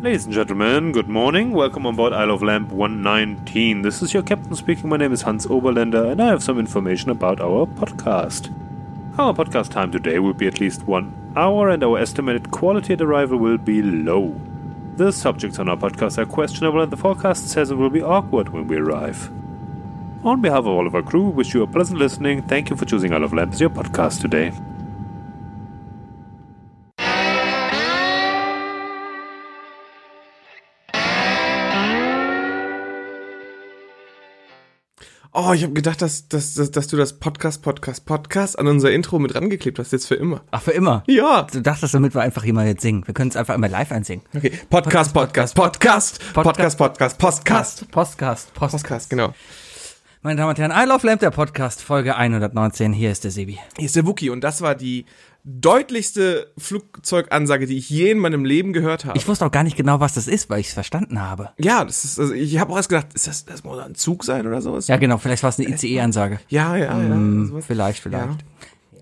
Ladies and gentlemen, good morning. Welcome on board Isle of Lamp 119. This is your captain speaking. My name is Hans Oberländer, and I have some information about our podcast. Our podcast time today will be at least one hour, and our estimated quality at arrival will be low. The subjects on our podcast are questionable, and the forecast says it will be awkward when we arrive. On behalf of all of our crew, we wish you a pleasant listening. Thank you for choosing Isle of Lamp as your podcast today. Oh, ich habe gedacht, dass, dass, dass, dass du das Podcast, Podcast, Podcast an unser Intro mit rangeklebt hast, jetzt für immer. Ach, für immer. Ja. Du dachtest, damit wir einfach jemand jetzt singen. Wir können es einfach immer live einsingen. Okay. Podcast, Podcast, Podcast, Podcast, Podcast, Podcast. Podcast, Podcast. Podcast, genau. Meine Damen und Herren, I Love Lamp, der Podcast, Folge 119. Hier ist der Sebi. Hier ist der Wookie und das war die deutlichste Flugzeugansage, die ich je in meinem Leben gehört habe. Ich wusste auch gar nicht genau, was das ist, weil ich es verstanden habe. ja, das ist, also ich habe auch erst gedacht, ist das, das muss ein Zug sein oder sowas? Ja, Ähm. genau. Vielleicht war es eine ICE-Ansage. ja, ja. ja sowas. Hm, Vielleicht, vielleicht.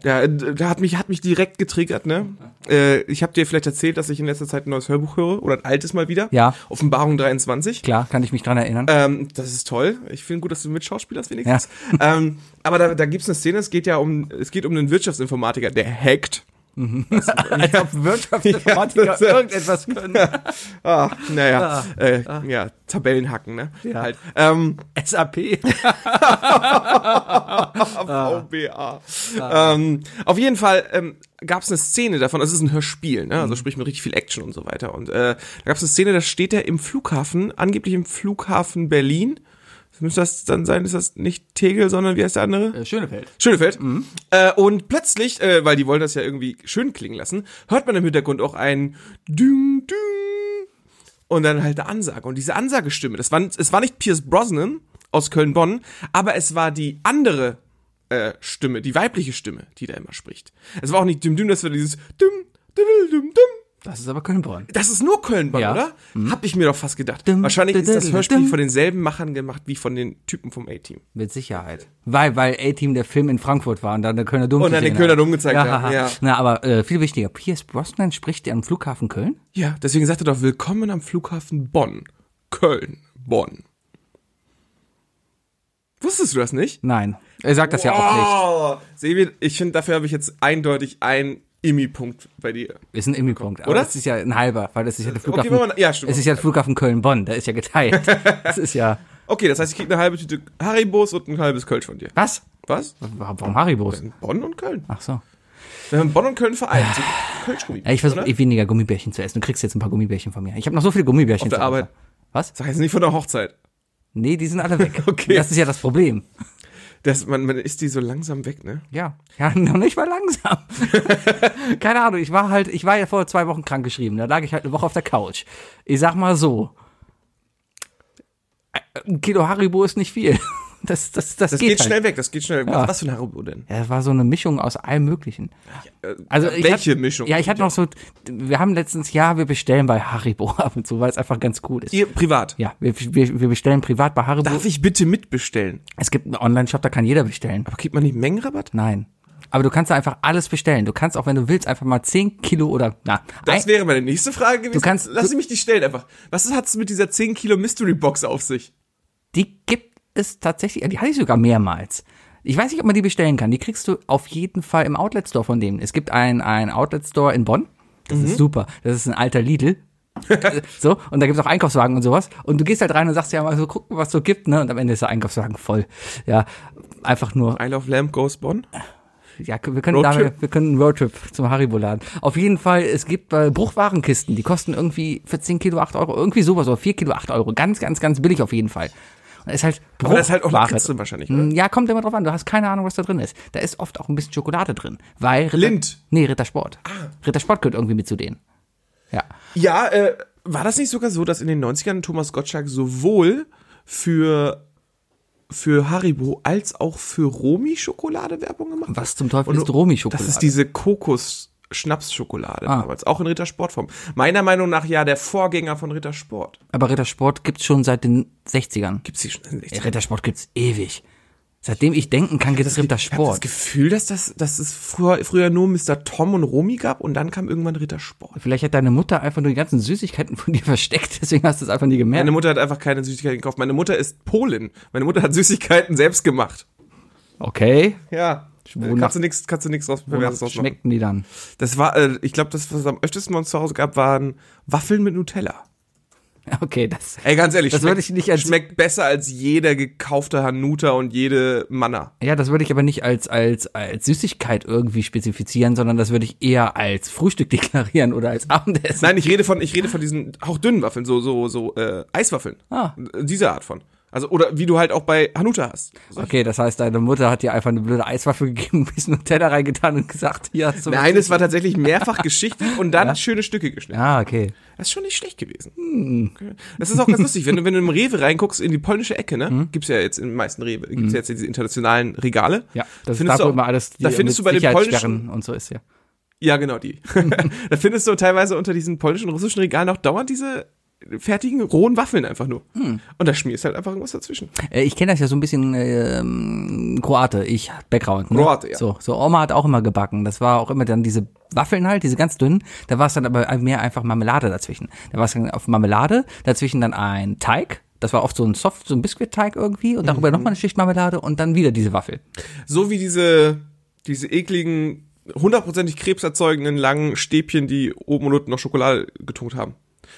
Ja, d- da hat mich, hat mich direkt getriggert, ne? Äh, ich habe dir vielleicht erzählt, dass ich in letzter Zeit ein neues Hörbuch höre oder ein altes mal wieder. Ja. Offenbarung 23. Klar, kann ich mich dran erinnern. Ähm, das ist toll. Ich finde gut, dass du mit Schauspielers wenigstens. Ähm, aber da, da gibt's eine Szene, es geht ja um, es geht um einen Wirtschaftsinformatiker, der hackt. Als ob Wirtschaftsinformatiker Ja, das- irgendetwas können. Ah, naja, äh, ja, Tabellen hacken, ne? Ja. Halt. Ähm, SAP. VBA. Ähm, auf jeden Fall ähm, gab es eine Szene davon, also es ist ein Hörspiel, ne? also sprich mit richtig viel Action und so weiter. Und äh, da gab es eine Szene, da steht er im Flughafen, angeblich im Flughafen Berlin. Müsste das dann sein, ist das nicht Tegel, sondern wie heißt der andere? Schönefeld. Schönefeld. Äh, und plötzlich, äh, weil die wollen das ja irgendwie schön klingen lassen, hört man im Hintergrund auch ein Düng, Düng. Und dann halt eine Ansage. Und diese Ansagestimme, das war, es war nicht Pierce Brosnan aus Köln-Bonn, aber es war die andere äh, Stimme, die weibliche Stimme, die da immer spricht. Es war auch nicht Düm Düm, das war dieses Düm, Düm, Düm, Düm. Das ist aber Köln-Bonn. Das ist nur Köln-Bonn, Ja. Mhm. oder? Hab ich mir doch fast gedacht. Düm, Wahrscheinlich dü- ist das dü- Hörspiel düm. von denselben Machern gemacht wie von den Typen vom A-Team. Mit Sicherheit. Weil, weil A-Team der Film in Frankfurt war und dann der Kölner Dom Und dann den gesehen Kölner hat. Dom gezeigt ja, haben, haha. ja. Na, aber äh, viel wichtiger. Pierce Brosnan spricht ja am Flughafen Köln? Ja, deswegen sagt er doch Willkommen am Flughafen Bonn. Köln, Bonn. Wusstest du das nicht? Nein. Er sagt das ja auch nicht. Oh, Sebi, ich finde, dafür habe ich jetzt eindeutig einen Immi-Punkt bei dir. Ist ein Immi-Punkt. Aber Oder? das ist ja ein halber, weil das ist ja der Flughafen. wenn man- ja, stimmt. es ist ja der Flughafen Köln-Bonn, der ist ja geteilt. das ist ja. Okay, das heißt, ich kriege eine halbe Tüte Haribos und ein halbes Kölsch von dir. Was? Was? Warum Haribos? Bonn und Köln. Ach so. Wir haben Bonn und Köln vereint. So Kölschgummi. Ja, ich versuche oder? weniger Gummibärchen zu essen. Du kriegst jetzt ein paar Gummibärchen von mir. Ich habe noch so viele Gummibärchen Auf der zu Hause. Arbeit. Was? Sag jetzt nicht von der Hochzeit. Nee, die sind alle weg. Okay. Das ist ja das Problem. Das, man, man isst die so langsam weg, ne? Ja, ja, noch nicht mal langsam. Keine Ahnung, ich war halt, ich war ja vor zwei Wochen krank geschrieben. Da lag ich halt eine Woche auf der Couch. Ich sag mal so, äh, ein Kilo Haribo ist nicht viel. Das, das, das, Das geht, geht, halt. schnell weg, das geht schnell weg. Ja. Was für ein Haribo denn? Ja, das war so eine Mischung aus allem Möglichen. Also ich welche hatte- Mischung? Ja, ich hatte noch so, wir haben letztens, ja, wir bestellen bei Haribo ab und zu, weil es einfach ganz cool ist. Ihr privat. Ja, wir, wir, wir bestellen privat bei Haribo. Darf ich bitte mitbestellen? Es gibt einen Online-Shop, da kann jeder bestellen. Aber kriegt man nicht Mengenrabatt? Nein. Aber du kannst da einfach alles bestellen. Du kannst auch, wenn du willst, einfach mal 10 Kilo oder, na, Das ein, wäre meine nächste Frage gewesen. kannst- Lass mich die stellen einfach. Was hat's mit dieser 10 Kilo Mystery Box auf sich? die gibt es tatsächlich, die hatte ich sogar mehrmals. Ich weiß nicht, ob man die bestellen kann. Die kriegst du auf jeden Fall im Outlet Store von dem. Es gibt einen, einen Outlet Store in Bonn. Das ist super. Das ist ein alter Lidl. so, und da gibt's auch Einkaufswagen und sowas. Und du gehst halt rein und sagst ja mal so, guck mal, was so gibt, ne? Und am Ende ist der Einkaufswagen voll. Ja, einfach nur I Love Lamb Goes Bonn? Ja, wir können Roadtrip? damit, wir können einen Roadtrip zum Haribo-Laden. Auf jeden Fall, es gibt äh, Bruchwarenkisten, die kosten irgendwie für 10 Kilo 8 Euro, irgendwie sowas, oder 4 Kilo 8 Euro. Ganz, ganz, ganz billig auf jeden Fall. Und ist halt Bruchware. Aber das ist halt auch Lakritze wahrscheinlich, oder? Mm, Ja, kommt immer drauf an. Du hast keine Ahnung, was da drin ist. Da ist oft auch ein bisschen Schokolade drin. Weil Ritter, Lind. Ah. Nee, Rittersport. Rittersport gehört irgendwie mit zu denen. Ja. Ja, äh, war das nicht sogar so, dass in den 90ern Thomas Gottschalk sowohl für für Haribo als auch für Romi Schokolade Werbung gemacht hat? Was Ah. zum Teufel Und ist Romi-Schokolade? Das ist diese Kokos Schnapsschokolade damals, auch in Rittersportform. Meiner Meinung nach ja der Vorgänger von Rittersport. Aber Rittersport gibt's schon seit den 60ern. Gibt's die schon? Rittersport gibt's ewig. Seitdem ich denken kann, gibt es Ritter Ich habe das Sport. Gefühl, dass, das, dass es früher, früher nur Mr. Tom und Romy gab und dann kam irgendwann Rittersport. Vielleicht hat deine Mutter einfach nur die ganzen Süßigkeiten von dir versteckt, deswegen hast du es einfach nie gemerkt. Meine Mutter hat einfach keine Süßigkeiten gekauft. Meine Mutter ist Polin. Meine Mutter hat Süßigkeiten selbst gemacht. Okay. Ja. Äh, Wonach- Kannst du nichts, kannst du nichts raus, Perverses Wonach rausmachen. schmeckten die dann? Das war, äh, ich glaube, das, was es am öftesten bei uns zu Hause gab, waren Waffeln mit Nutella. Okay, das. Ey, ganz ehrlich, Das schmeckt, würde ich nicht als- schmeckt besser als jeder gekaufte Hanuta und jede Manna. Ja, das würde ich aber nicht als, als, als Süßigkeit irgendwie spezifizieren, sondern das würde ich eher als Frühstück deklarieren oder als Abendessen. Nein, ich rede von, ich rede von diesen auch dünnen Waffeln, so, so, so, äh, Eiswaffeln. Ah. Diese Art von. Also, oder wie du halt auch bei Hanuta hast. Okay, das heißt, deine Mutter hat dir einfach eine blöde Eiswaffel gegeben, ein bisschen Nutella reingetan und gesagt, hier hast du was Nein, es war tatsächlich mehrfach geschichtet und dann schöne Stücke geschnitten. Ah, okay. Das ist schon nicht schlecht gewesen. Hm. Okay. Das ist auch ganz lustig, wenn du, wenn du im Rewe reinguckst, in die polnische Ecke, ne? Hm. Gibt's ja jetzt in den meisten Rewe, gibt's ja jetzt diese internationalen Regale. Ja, da das ist findest da, du wo auch, immer alles die da findest du mit bei den polnischen, Sicherheitssperren und so ist, ja. ja genau die. da findest du teilweise unter diesen polnischen, russischen Regalen auch dauernd diese fertigen, rohen Waffeln einfach nur. Hm. Und da schmierst halt einfach irgendwas dazwischen. Äh, Ich kenne das ja so ein bisschen ähm, Kroate, ich Background. Ne? Kroate, ja. So, so Oma hat auch immer gebacken. Das war auch immer dann diese Waffeln halt, diese ganz dünnen. Da war es dann aber mehr einfach Marmelade dazwischen. Da war es dann auf Marmelade, dazwischen dann ein Teig. Das war oft so ein Soft, so ein Biskuitteig irgendwie und Mhm. darüber nochmal eine Schicht Marmelade und dann wieder diese Waffel. So wie diese, diese ekligen, hundertprozentig krebserzeugenden langen Stäbchen, die oben und unten noch Schokolade getunkt haben.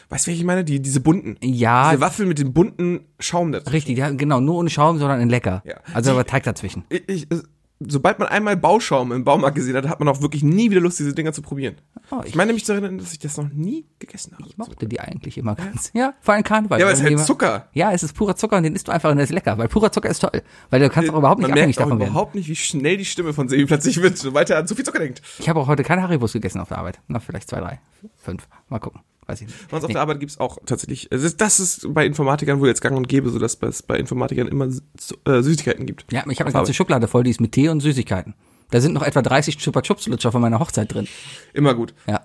Weißt du, welche ich meine? Die, diese bunten. Ja, Diese Waffeln mit dem bunten Schaum dazu. richtig, die hatten genau, nur ohne Schaum, sondern in lecker. Ja. Also aber Teig dazwischen. ich, ich, es- sobald man einmal Bauschaum im Baumarkt gesehen hat, hat man auch wirklich nie wieder Lust, diese Dinger zu probieren. Oh, ich, ich- meine nämlich zu erinnern, dass ich das noch nie gegessen habe. Ich mochte die eigentlich immer ganz. Ja, vor allem Karneval. Ja, aber es ist Irgendwie halt immer- Zucker. Ja, es ist purer Zucker und den isst du einfach und der ist lecker, weil purer Zucker ist toll. Weil du kannst auch überhaupt nicht Äh, man abhängig merkt auch davon werden. überhaupt nicht, wie schnell die Stimme von Sebi plötzlich wird, sobald er an zu viel Zucker denkt. Ich habe auch heute keine Haribus gegessen auf der Arbeit. Na, vielleicht zwei, drei, fünf. Mal gucken. Weiß ich nicht. Bei uns auf der Arbeit gibt's auch tatsächlich, das ist, das ist bei Informatikern wohl jetzt gang und gäbe, so dass es bei Informatikern immer S- äh, Süßigkeiten gibt. Ja, ich habe eine Auf ganze Arbeit. Schublade voll, die ist mit Tee und Süßigkeiten. Da sind noch etwa 30 Chupa Chups Lutscher von meiner Hochzeit drin. Immer gut, Ja,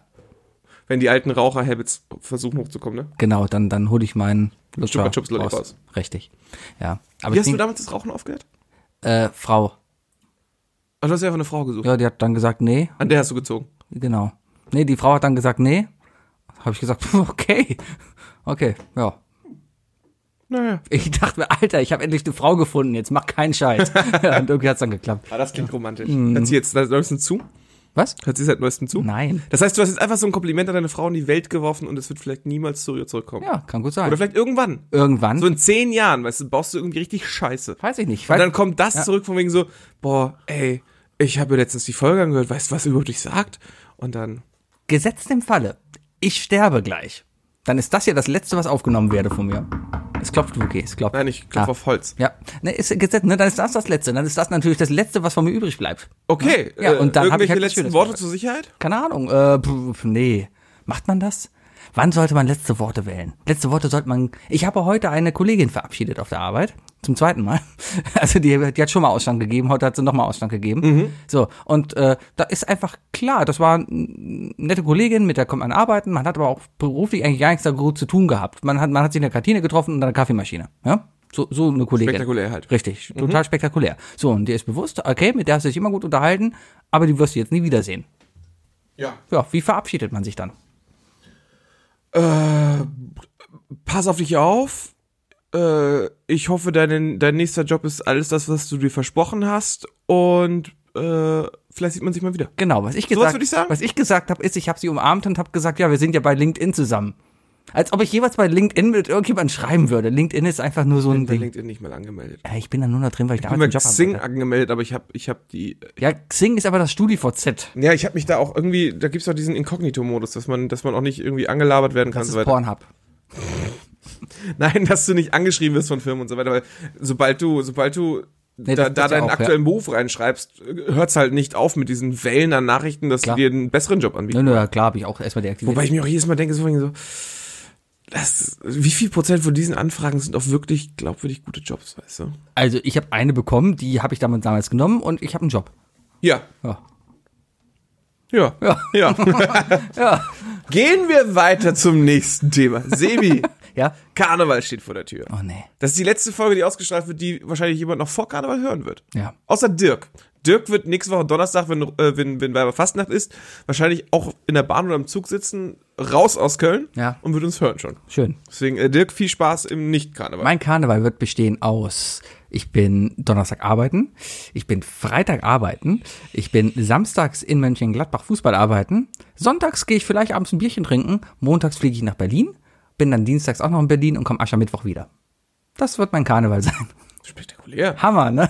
wenn die alten Raucher-Habits versuchen hochzukommen, ne? genau. Dann, dann hole ich meinen Lutscher Chupa Chups Lolli raus. Richtig. Ja. Aber Wie ich hast du denk, damals das Rauchen aufgehört? äh, Frau, Ah, du hast ja einfach eine Frau gesucht. ja, die hat dann gesagt, nee, An der hast du gezogen. genau. Nee, die Frau hat dann gesagt, nee. Habe ich gesagt, okay. Okay, ja. Naja. Ich dachte mir, Alter, ich habe endlich eine Frau gefunden, jetzt mach keinen Scheiß. ja, und irgendwie hat's dann geklappt. Ah, das klingt romantisch. Hm. Hört sie jetzt seit neuestem zu? Was? Hört sie seit neuestem zu? Nein. Das heißt, du hast jetzt einfach so ein Kompliment an deine Frau in die Welt geworfen und es wird vielleicht niemals zu ihr zurückkommen. Ja, kann gut sein. Oder vielleicht irgendwann. Irgendwann. So in zehn Jahren, weißt du, baust du irgendwie richtig Scheiße. Weiß ich nicht. Und Weiß, dann kommt das zurück von wegen so, boah, ey, ich habe letztens die Folge angehört, weißt du, was er über dich sagt? Und dann, gesetzt im Falle, ich sterbe gleich, dann ist das ja das Letzte, was aufgenommen werde von mir. Es klopft, Wookie, es klopft. Ah, nein, ich klopfe auf Holz. Ja, ne, ist gesetzt, ne, dann ist das das Letzte. Dann ist das natürlich das Letzte, was von mir übrig bleibt. Okay, äh, Ja, und dann hab ich irgendwelche halt was letzten Schönes Worte gesagt. zur Sicherheit? Keine Ahnung, äh, pf, nee. Macht man das? Wann sollte man letzte Worte wählen? Letzte Worte sollte man, ich habe heute eine Kollegin verabschiedet auf der Arbeit. Zum zweiten Mal. Also die, die hat schon mal Ausstand gegeben, heute hat sie nochmal Ausstand gegeben. Mhm. So, und äh, da ist einfach klar, das war nette Kollegin, mit der kommt man arbeiten. Man hat aber auch beruflich eigentlich gar nichts da gut zu tun gehabt. Man hat, man hat sich in der Kantine getroffen und an der Kaffeemaschine. Ja? So, so eine Kollegin. Spektakulär halt. Richtig, total spektakulär. So, und dir ist bewusst, okay, mit der hast du dich immer gut unterhalten, aber die wirst du jetzt nie wiedersehen. Ja. Ja, wie verabschiedet man sich dann? Äh, Pass auf dich auf. Äh, ich hoffe, dein, dein nächster Job ist alles das, was du dir versprochen hast. Und äh, vielleicht sieht man sich mal wieder. Genau, was ich Sowas gesagt, würde ich sagen? was ich gesagt habe, ist, ich habe sie umarmt und habe gesagt, ja, wir sind ja bei LinkedIn zusammen. Als ob ich jeweils bei LinkedIn mit irgendjemandem schreiben würde. LinkedIn ist einfach nur so Ich ein bin Ding. LinkedIn nicht mal angemeldet. Ja, ich bin da nur noch drin, weil ich da halt Ich bin einen bei Job Xing habe. angemeldet, aber ich habe ich hab die. Ja, Xing ist aber das StudiVZ. Ja, ich habe mich da auch irgendwie. Da gibt's doch diesen Inkognito-Modus, dass man, dass man auch nicht irgendwie angelabert werden kann Das und ist so weiter. Pornhub. Nein, dass du nicht angeschrieben wirst von Firmen und so weiter, weil sobald du, sobald du da, das- da das ja deinen auch, ja. aktuellen Beruf reinschreibst, hört's halt nicht auf mit diesen Wellen an Nachrichten, dass Klar. die dir einen besseren Job anbieten. Nö, nö, ja, klar, habe ich auch erstmal deaktiviert. Wobei ich mir auch jedes Mal denke, so, von wegen so das, wie viel Prozent von diesen Anfragen sind auch wirklich glaubwürdig gute Jobs, weißt du? also ich habe eine bekommen, die habe ich damals, damals genommen und ich habe einen Job. Ja, Ja. ja, ja. Ja, Gehen wir weiter zum nächsten Thema. Sebi, Ja? Karneval steht vor der Tür. Oh nee. Das ist die letzte Folge, die ausgestrahlt wird, die wahrscheinlich jemand noch vor Karneval hören wird. Ja. Außer Dirk. Dirk wird nächste Woche Donnerstag, wenn, äh, wenn, wenn Weiberfastnacht ist, wahrscheinlich auch in der Bahn oder im Zug sitzen, raus aus Köln Ja. und wird uns hören schon. Schön. Deswegen, äh, Dirk, viel Spaß im Nicht-Karneval. Mein Karneval wird bestehen aus, ich bin Donnerstag arbeiten, ich bin Freitag arbeiten, ich bin samstags in Mönchengladbach Fußball arbeiten, sonntags gehe ich vielleicht abends ein Bierchen trinken, montags fliege ich nach Berlin, bin dann dienstags auch noch in Berlin und komme Aschermittwoch wieder. Das wird mein Karneval sein. Spektakulär. Hammer, ne?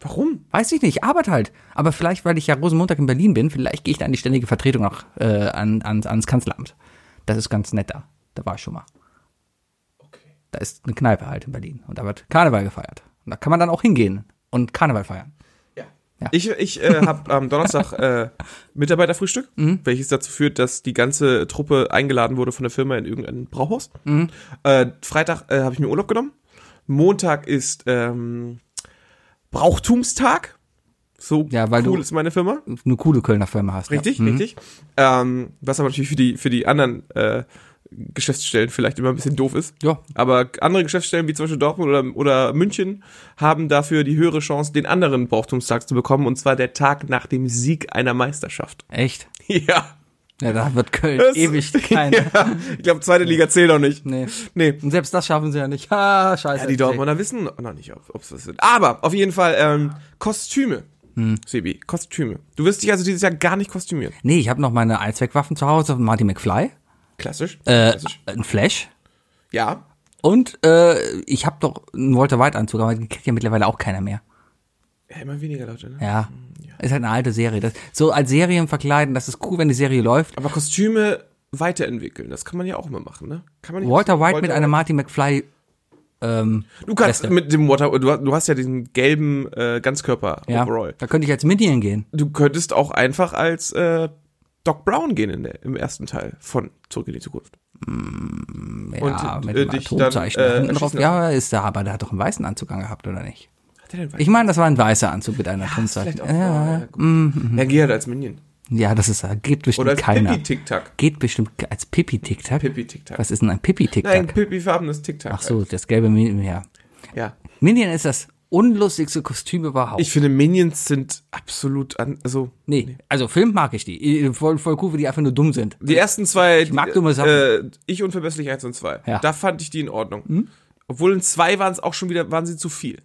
Warum? Weiß ich nicht, ich arbeite halt. Aber vielleicht, weil ich ja Rosenmontag in Berlin bin, vielleicht gehe ich da in die ständige Vertretung nach, äh, an, ans, ans Kanzleramt. Das ist ganz nett da. Da war ich schon mal. Da ist eine Kneipe halt in Berlin. Und da wird Karneval gefeiert. Und da kann man dann auch hingehen und Karneval feiern. Ja. Ich, ich äh, habe am Donnerstag äh, Mitarbeiterfrühstück, Mhm. welches dazu führt, dass die ganze Truppe eingeladen wurde von der Firma in irgendein Brauhaus. Mhm. Äh, Freitag äh, habe ich mir Urlaub genommen. Montag ist ähm, Brauchtumstag. So Ja, weil cool du- ist meine Firma. Eine coole Kölner Firma hast. Richtig, Ja. Mhm. richtig. Ähm, was aber natürlich für die, für die anderen äh, Geschäftsstellen vielleicht immer ein bisschen doof ist. Ja. Aber andere Geschäftsstellen wie zum Beispiel Dortmund oder, oder München haben dafür die höhere Chance, den anderen Brauchtumstag zu bekommen, und zwar der Tag nach dem Sieg einer Meisterschaft. Echt? Ja. Ja, da wird Köln Das- ewig keine. ja. Ich glaube, zweite Liga zählt auch nicht. Nee. Nee. Und selbst das schaffen sie ja nicht. Ha, scheiße. Ja, die Dortmunder wissen noch nicht, ob es was wird. Aber auf jeden Fall ähm, Kostüme. Hm. Sebi, Kostüme. Du wirst dich also dieses Jahr gar nicht kostümieren. Nee, ich habe noch meine Allzweckwaffen zu Hause von Marty McFly. Klassisch. Äh, Klassisch. ein Flash. Äh. Ja. Und äh, ich habe doch einen Walter White Anzug, aber den kriegt ja mittlerweile auch keiner mehr. ja. Immer weniger Leute, ne? Ja. Ist halt eine alte Serie. Das, so als Serien verkleiden, das ist cool, wenn die Serie läuft. Aber Kostüme weiterentwickeln, das kann man ja auch immer machen, ne? Kann man nicht Walter White mit einem White. Marty McFly. Ähm, Du kannst Weste. mit dem Walter, du, du hast ja diesen gelben äh, Ganzkörper ja, Overall. da könnte ich als Minion gehen. Du könntest auch einfach als äh, Doc Brown gehen in der, im ersten Teil von Zurück in die Zukunft. Ja, Und, mit äh, dem dich Atomzeichen dann, äh, hinten drauf. erschießen Ja, ist da, aber der hat doch einen weißen Anzug angehabt, oder nicht? Hat der denn Ich meine, das war ein weißer Anzug mit einem Atomzeichen. vielleicht auch. Ja, Ja, ja, geh halt als Minion. ja, das ist, äh, geht Oder bestimmt als keiner. Pippi-Tic-Tac. Geht bestimmt ke- als Pippi-Tic-Tac. Pippi-Tic-Tac. Was ist denn ein Pippi-Tic-Tac? Nein, Pippi-farbenes Tic-Tac. Ach so, das gelbe Minion, ja. Ja. Minion ist das unlustigste Kostüm überhaupt. Ich finde, Minions sind absolut an, also. nee, also Film mag ich die. Ich- Voll, voll cool, wie die einfach nur dumm sind. Die ersten zwei. Ich mag dumme Sachen. Äh, ich unverbesslich eins und zwei. Ja. Hm? Da fand ich die in Ordnung. Obwohl in zwei waren es auch schon wieder, waren sie zu viel.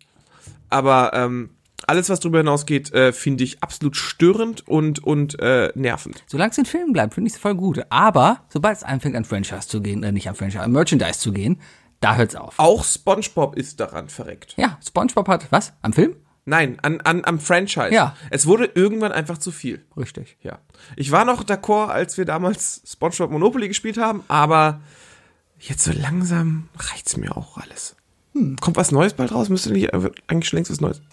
Aber ähm, alles, was darüber hinausgeht, äh, finde ich absolut störend und, und äh, nervend. Solange es in Filmen bleibt, finde ich es voll gut. Aber sobald es anfängt, an Franchise zu gehen, äh, nicht an Franchise, an Merchandise zu gehen, da hört's auf. Auch SpongeBob ist daran verreckt. Ja, SpongeBob hat was? Am Film? Nein, an, an, am Franchise. Ja. Es wurde irgendwann einfach zu viel. Richtig. Ja. Ich war noch d'accord, als wir damals SpongeBob Monopoly gespielt haben, aber jetzt so langsam reicht's mir auch alles. Hm. Kommt was Neues bald raus? Müsste nicht äh, eigentlich schon längst was Neues.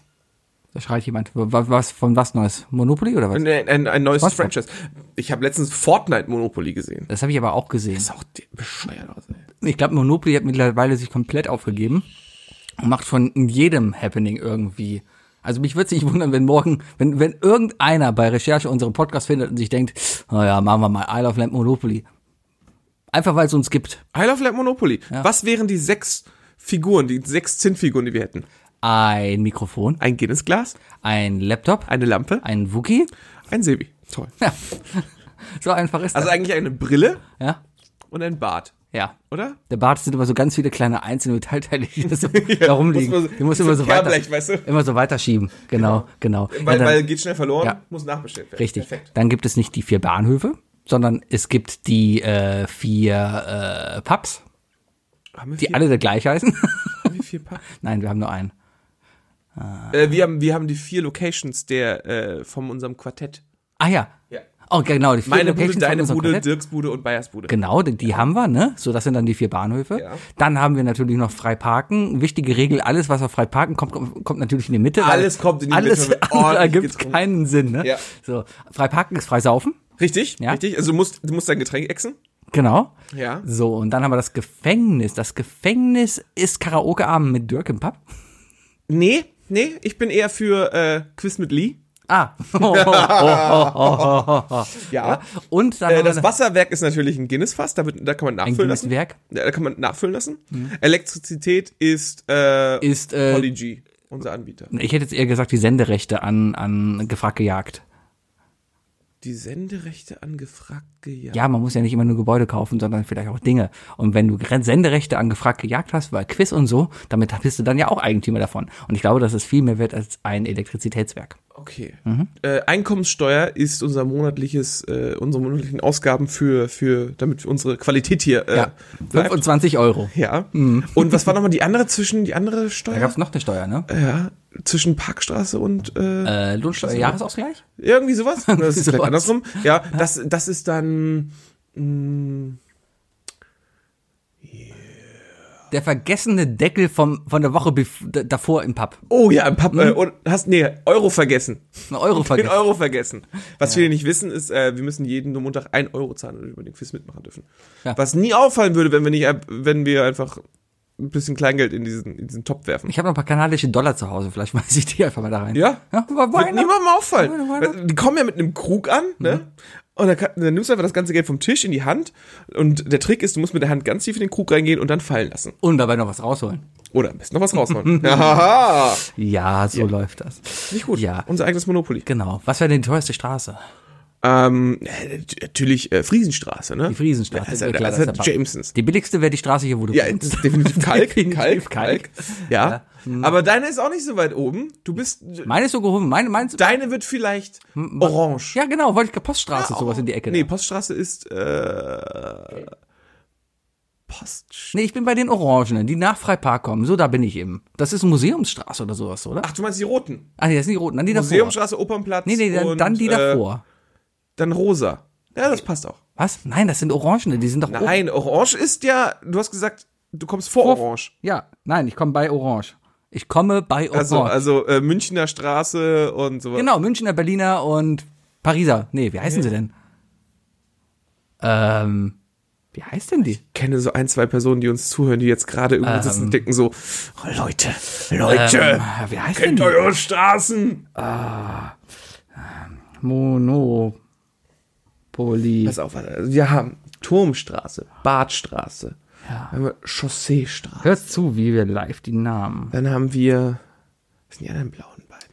Da schreit jemand. wa- wa- Was von was Neues? Monopoly oder was? Ein, ein, ein neues SpongeBob. Franchise. Ich habe letztens Fortnite Monopoly gesehen. Das habe ich aber auch gesehen. Das ist auch de- bescheuert aus, ey. Ich glaube, Monopoly hat mittlerweile sich komplett aufgegeben und macht von jedem Happening irgendwie. Also mich würde es nicht wundern, wenn morgen, wenn, wenn irgendeiner bei Recherche unseren Podcast findet und sich denkt, naja, machen wir mal Isle of Lamp Monopoly. Einfach weil es uns gibt. Isle of Light Monopoly. Was wären die sechs Figuren, die sechs Zinnfiguren, die wir hätten? Ein Mikrofon, Ein Guinness-Glas, ein Laptop, eine Lampe, ein Wookie. ein Sebi. Toll. Ja. So einfach ist Also das. eigentlich eine Brille Ja. und ein Bart, Ja. oder? Der Bart sind immer so ganz viele kleine einzelne Metallteile, die da so da rumliegen. muss man so- Den musst du so immer so weiter, Kerblech, weißt du? immer so weiterschieben. Genau, genau. Weil, Ja, dann- weil geht schnell verloren, Ja. muss nachbestellt werden. Richtig. Perfekt. Dann gibt es nicht die vier Bahnhöfe, sondern es gibt die äh, vier äh, Pubs, Haben wir die vier, alle der gleich heißen. haben wir vier Paar? Nein, wir haben nur einen. Äh, wir, haben, wir haben die vier Locations der, äh, von unserem Quartett. Ah ja. Ja. Oh, genau. Die vier Meine Bude, Locations von deine unserem Bude, Quartett. Dirks Bude und Bayers Bude. Genau, die, die haben wir, ne? So, das sind dann die vier Bahnhöfe. Ja. Dann haben wir natürlich noch frei parken. Wichtige Regel, alles, was auf frei parken kommt, kommt, kommt natürlich in die Mitte. weil Alles kommt in die alles Mitte, wird Alles ordentlich ergibt getrunken. keinen Sinn, ne? Ja. So, frei parken ist frei saufen. Richtig, Ja. richtig. Also du musst, du musst dein Getränk exen. Genau. Ja. So, und dann haben wir das Gefängnis. Das Gefängnis ist Karaoke-Abend mit Dirk im Pub. Nee, nee, ich bin eher für äh, Quiz mit Lee. Ah. Oh, oh, oh, oh, oh, oh. Ja. Und dann Äh, haben wir das noch Wasserwerk ist natürlich ein Guinness-Fass, da, wird- da kann man ein nachfüllen lassen. Guinness-Werk. Mhm. Ja, da kann man nachfüllen lassen. Elektrizität ist, äh, Ist, äh, Poly G, unser Anbieter. Ich hätte jetzt eher gesagt, die Senderechte an, an gefragt gejagt. Die Senderechte angefragt gejagt. Ja, man muss ja nicht immer nur Gebäude kaufen, sondern vielleicht auch Dinge. Und wenn du Gren- Senderechte an gefragt gejagt hast, weil Quiz und so, damit bist du dann ja auch Eigentümer davon. Und ich glaube, das ist viel mehr wert als ein Elektrizitätswerk. Okay. Mhm. Äh, Einkommenssteuer ist unser monatliches, äh, unsere monatlichen Ausgaben für, für, damit unsere Qualität hier, äh, Ja. Mhm. bleibt. 25 Euro. Ja. Und was war nochmal die andere zwischen, die andere Steuer? Da gab's noch eine Steuer, ne? ja, zwischen Parkstraße und äh, Äh, Lohnsteuer, Jahresausgleich? irgendwie sowas. Das ist vielleicht sowas. andersrum. Ja, das, das ist dann Der vergessene Deckel vom, von der Woche bef- d- davor im Pub. Oh ja, im Pub, äh, und hast nee, Euro vergessen. Ein Den Euro Hm? vergessen. Euro vergessen. Was viele nicht wissen, ist, äh, wir müssen jeden Montag ein Euro zahlen, damit wir über den Quiz mitmachen dürfen. Ja. Was nie auffallen würde, wenn wir nicht, ab- wenn wir einfach ein bisschen Kleingeld in diesen, in diesen Topf werfen. Ich habe noch ein paar kanadische Dollar zu Hause, vielleicht weiß ich die einfach mal da rein. Ja. ja Wird aber why not? niemandem auffallen. Why not? Mhm. Weil Die kommen ja mit einem Krug an, ne? Und dann, kann, dann nimmst du einfach das ganze Geld vom Tisch in die Hand. Und der Trick ist, du musst mit der Hand ganz tief in den Krug reingehen und dann fallen lassen. Und dabei noch was rausholen. Oder am besten noch was raushauen. Haha. Ja, so läuft das. Nicht gut. Ja. Unser eigenes Monopoly. Genau. Was wäre denn die teuerste Straße? Ähm, äh, natürlich äh, Friesenstraße, ne? Die Friesenstraße. Das ist, Ja, ja- klar, das das ist ist ja der Bach. Jamesons. Die billigste wäre die Straße hier, wo du Ja, wohnst. das ist definitiv Kalk, Definitiv Kalk, Kalk. Ja. Mhm. Aber deine ist auch nicht so weit oben. Du bist, Meine ist so gehoben. Meine, meins, deine wird vielleicht orange. ja, genau, wollte ich Poststraße, Ja, sowas in die Ecke. Nee, da. Poststraße ist, äh, Post. nee, ich bin bei den Orangenen, die nach Freipark kommen. So, da bin ich eben. Das ist Museumsstraße oder sowas, oder? Ach, du meinst die roten. Ah, nee, das sind die roten, dann die davor. Museumstraße, Opernplatz. Nee, nee, dann, und, dann die äh, davor. Dann rosa. Ja, das passt auch. Was? Nein, das sind Orangene, die sind doch oben. Nein, orange ist ja, du hast gesagt, du kommst vor orange. Ja, nein, ich komme bei Orange. Ich komme bei Orange. Also, also äh, Münchner Straße und sowas. Genau, Münchner, Berliner und Pariser. Nee, wie heißen sie denn? Ähm, wie heißt denn die? kenne so ein, zwei Personen, die uns zuhören, die jetzt gerade irgendwo sitzen und denken so, oh, Leute, Leute, Ähm, wie heißt denn kennt die? eure Straßen. Monopoly. Pass auf, warte, also wir haben Turmstraße, Badstraße, dann haben wir Chausseestraße, Hört zu, wie wir live die Namen. dann haben wir, was sind die anderen blauen beiden?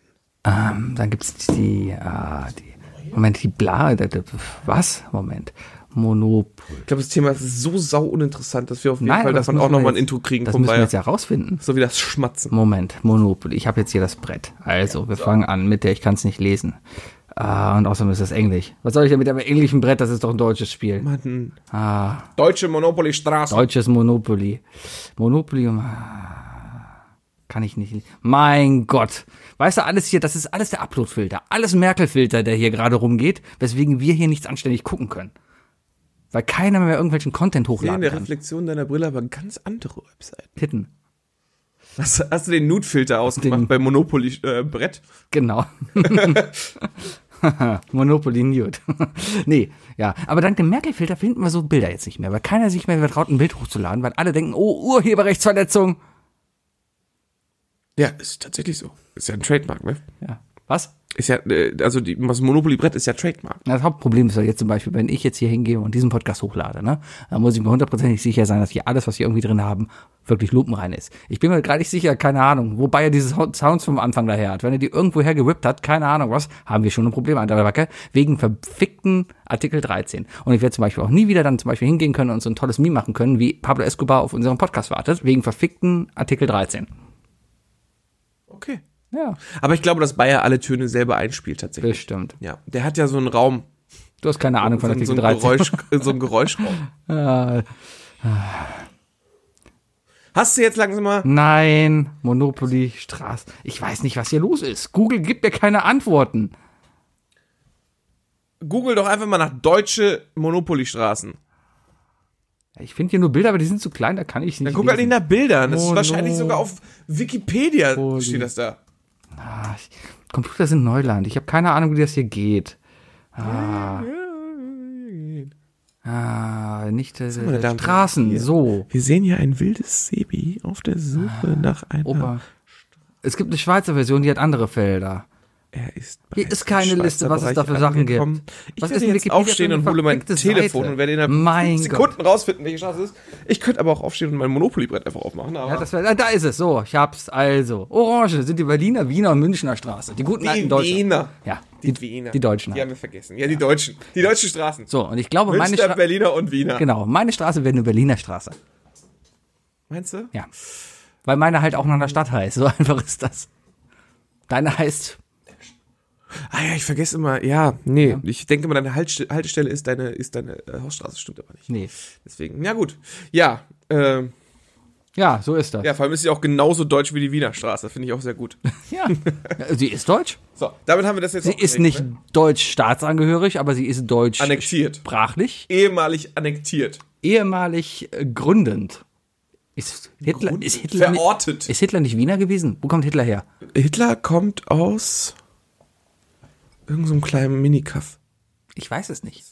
Ähm, dann gibt's die, äh, die, Moment, die Bla, da- da- was? Moment. Monopoly. Ich glaube, das Thema ist so sau uninteressant, dass wir auf jeden Fall aber das davon müssen auch wir nochmal ein jetzt- Intro kriegen Das vom müssen wir Bayer. jetzt ja rausfinden. So wie das Schmatzen. Moment, Monopoly. Ich habe jetzt hier das Brett. Also, wir fangen an mit der, ich kann es nicht lesen. Ah, und außerdem ist das Englisch. Was soll ich denn mit einem englischen Brett? Das ist doch ein deutsches Spiel. Mann, Ah, Deutsche Monopoly Straße. deutsches Monopoly. Monopoly. um- Kann ich nicht. Mein Gott. Weißt du, alles hier, das ist alles der Upload-Filter. Alles Merkel-Filter, der hier gerade rumgeht, weswegen wir hier nichts anständig gucken können. Weil keiner mehr irgendwelchen Content Ich sehe in hochladen der kann. Reflexion deiner Brille aber ganz andere Webseiten. Titten. Hast, hast du den Nude-Filter ausgemacht bei Monopoly äh, Brett? Genau. Monopoly Nude. nee, ja. Aber dank dem Merkel-Filter finden wir so Bilder jetzt nicht mehr, weil keiner sich mehr traut, ein Bild hochzuladen, weil alle denken, oh, Urheberrechtsverletzung. Ja, ist tatsächlich so. Ist ja ein Trademark, ne? Ja. Was? Ist ja, äh, also die, das Monopoly-Brett ist ja Trademark. Das Hauptproblem ist ja jetzt zum Beispiel, wenn ich jetzt hier hingehe und diesen Podcast hochlade, ne, dann muss ich mir hundertprozentig sicher sein, dass hier alles, was wir irgendwie drin haben, wirklich lupenrein ist. Ich bin mir gerade nicht sicher, keine Ahnung, wobei er diese Sound- Sounds vom Anfang daher hat. Wenn er die irgendwo hergerippt hat, keine Ahnung was, haben wir schon ein Problem an der Backe, wegen verfickten Artikel 13. Und ich werde zum Beispiel auch nie wieder dann zum Beispiel hingehen können und so ein tolles Meme machen können, wie Pablo Escobar auf unseren Podcast wartet, wegen verfickten Artikel 13. Okay. Ja, Aber ich glaube, dass Bayer alle Töne selber einspielt tatsächlich. bestimmt. Ja, der hat ja so einen Raum, Du hast keine Ahnung so, von einen- so, Artikel einen, 13. Geräusch, so einen Geräuschraum. Äh, Hast du jetzt langsam mal... Nein, Monopoly, Straße. Ich weiß nicht, was hier los ist. Google gibt mir keine Antworten. Google doch einfach mal nach deutsche Monopoly-Straßen. Ich finde hier nur Bilder, aber die sind zu klein, da kann ich nicht. Dann guck halt nicht lesen. nach Bildern. Das ist Mono- wahrscheinlich sogar auf Wikipedia Poli- steht das da. Ah, ich, Computer sind Neuland. Ich habe keine Ahnung, wie das hier geht. Ah, ah nicht äh, meine Damen und Straßen, Herren, so. Wir sehen hier ein wildes Ah. Sebi auf der Suche nach einer... Opa. Es gibt eine Schweizer Version, die hat andere Felder. Er ist Hier ist keine im Liste, was es da Schweizer für Sachen Bereich angekommen. gibt. Ich Was werde ist ein jetzt Wikipedia aufstehen für und eine hole mein verfickte Telefon Seite? und werde innerhalb Mein 5 Sekunden rausfinden, welche Straße es ist. Ich könnte aber auch aufstehen und mein Monopoly-Brett einfach aufmachen. Aber Ja, das wär, ah, da ist es, so, ich hab's, also. Orange sind die Berliner, Wiener und Münchner Straße. Die guten alten die Deutschen. Wiener. Ja, Die, halt die, Wiener. Die Deutschen. Die halt. haben wir vergessen. Ja, die Deutschen. Die deutschen Straßen. So, und ich glaube, meine Münster, Straße. Berliner und Wiener. Genau, meine Straße wäre eine Berliner Straße. Meinst du? Ja. Weil meine halt auch nach einer Stadt heißt. So einfach ist das. Deine heißt. Ah ja, ich vergesse immer. Ja, nee. Ich denke immer, deine Haltest- Haltestelle ist deine, ist deine äh, Hausstraße. Stimmt aber nicht. Nee. Deswegen, ja gut. Ja, ähm, Ja, so ist das. ja, vor allem ist sie auch genauso deutsch wie die Wiener Straße. Finde ich auch sehr gut. Ja. Sie ist deutsch. So, damit haben wir das jetzt Sie auch ist geregelt, nicht ne? deutsch-staatsangehörig, aber sie ist deutsch annektiert. sprachlich. Ehemalig annektiert. Ehemalig äh, gründend. Ist Hitler, Gründend? ist, Hitler nicht, Verortet. ist Hitler nicht Wiener gewesen? Wo kommt Hitler her? Hitler kommt aus irgendeinem so einem kleinen Minikaff. Ich weiß es nicht.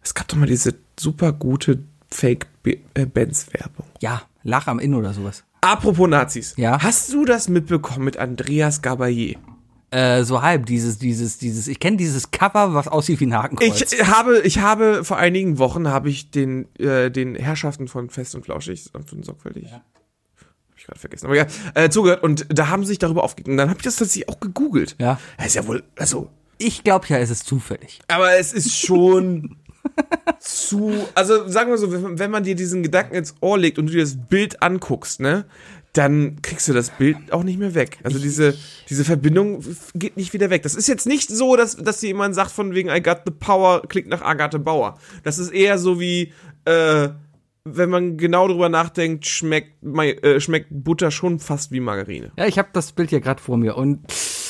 Es gab doch mal diese super gute äh, Fake-Benz-Werbung. Ja, Lach am Inn oder sowas. Apropos Nazis. Ja. Hast du das mitbekommen mit Andreas Gabayé? Äh, so halb, dieses, dieses, dieses. Ich kenne dieses Cover, was aussieht wie ein Hakenkreuz. Ich habe, ich habe vor einigen Wochen habe ich den, äh, den Herrschaften von Fest und Flauschig und von Sorgfältig. Hab ich gerade vergessen. Aber ja, äh, zugehört und da haben sie sich darüber aufgegeben. Dann habe ich das tatsächlich auch gegoogelt. Ja. Das Ist ja wohl, also, ich glaube ja, es ist zufällig. aber es ist schon zu, also sagen wir so, wenn, wenn man dir diesen Gedanken ins Ohr legt und du dir das Bild anguckst, ne, dann kriegst du das Bild auch nicht mehr weg. Also diese, diese Verbindung f- geht nicht wieder weg. Das ist jetzt nicht so, dass, dass dir jemand sagt von wegen I got the power, klickt nach Agathe Bauer. Das ist eher so wie, äh, wenn man genau drüber nachdenkt, schmeckt, Mai- äh, schmeckt Butter schon fast wie Margarine. Ja, ich habe das Bild hier gerade vor mir und Es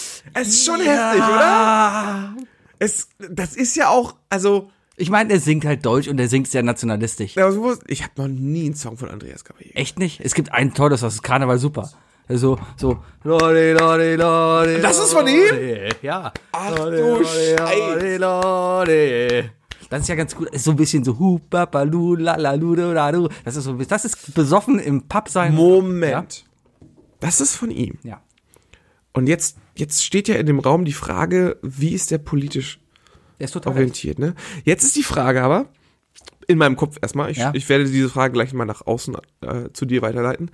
ist schon heftig, oder? Es, das ist ja auch, also, ich meine, er singt halt deutsch und er singt sehr nationalistisch. Ja, aber so muss- Ich habe noch nie einen Song von Andreas Gabriel. Echt nicht? Es gibt ein tolles, das ist Karneval super. So, so. Lori, lori, lori, Das ist von ihm? lori. Ja. Ach Lori, du lori, Scheiße. lori, lori. Das ist ja ganz gut. Das ist so ein bisschen so hupapalu, lalalu, lalalu. Das ist so ein bisschen, das ist besoffen im Pub sein. Moment. Das ist von ihm. Ja. Und jetzt, jetzt steht ja in dem Raum die Frage, wie ist der politisch Der ist total. recht. orientiert, ne? Jetzt ist die Frage aber, in meinem Kopf erstmal, ich, Ja. ich werde diese Frage gleich mal nach außen äh, zu dir weiterleiten.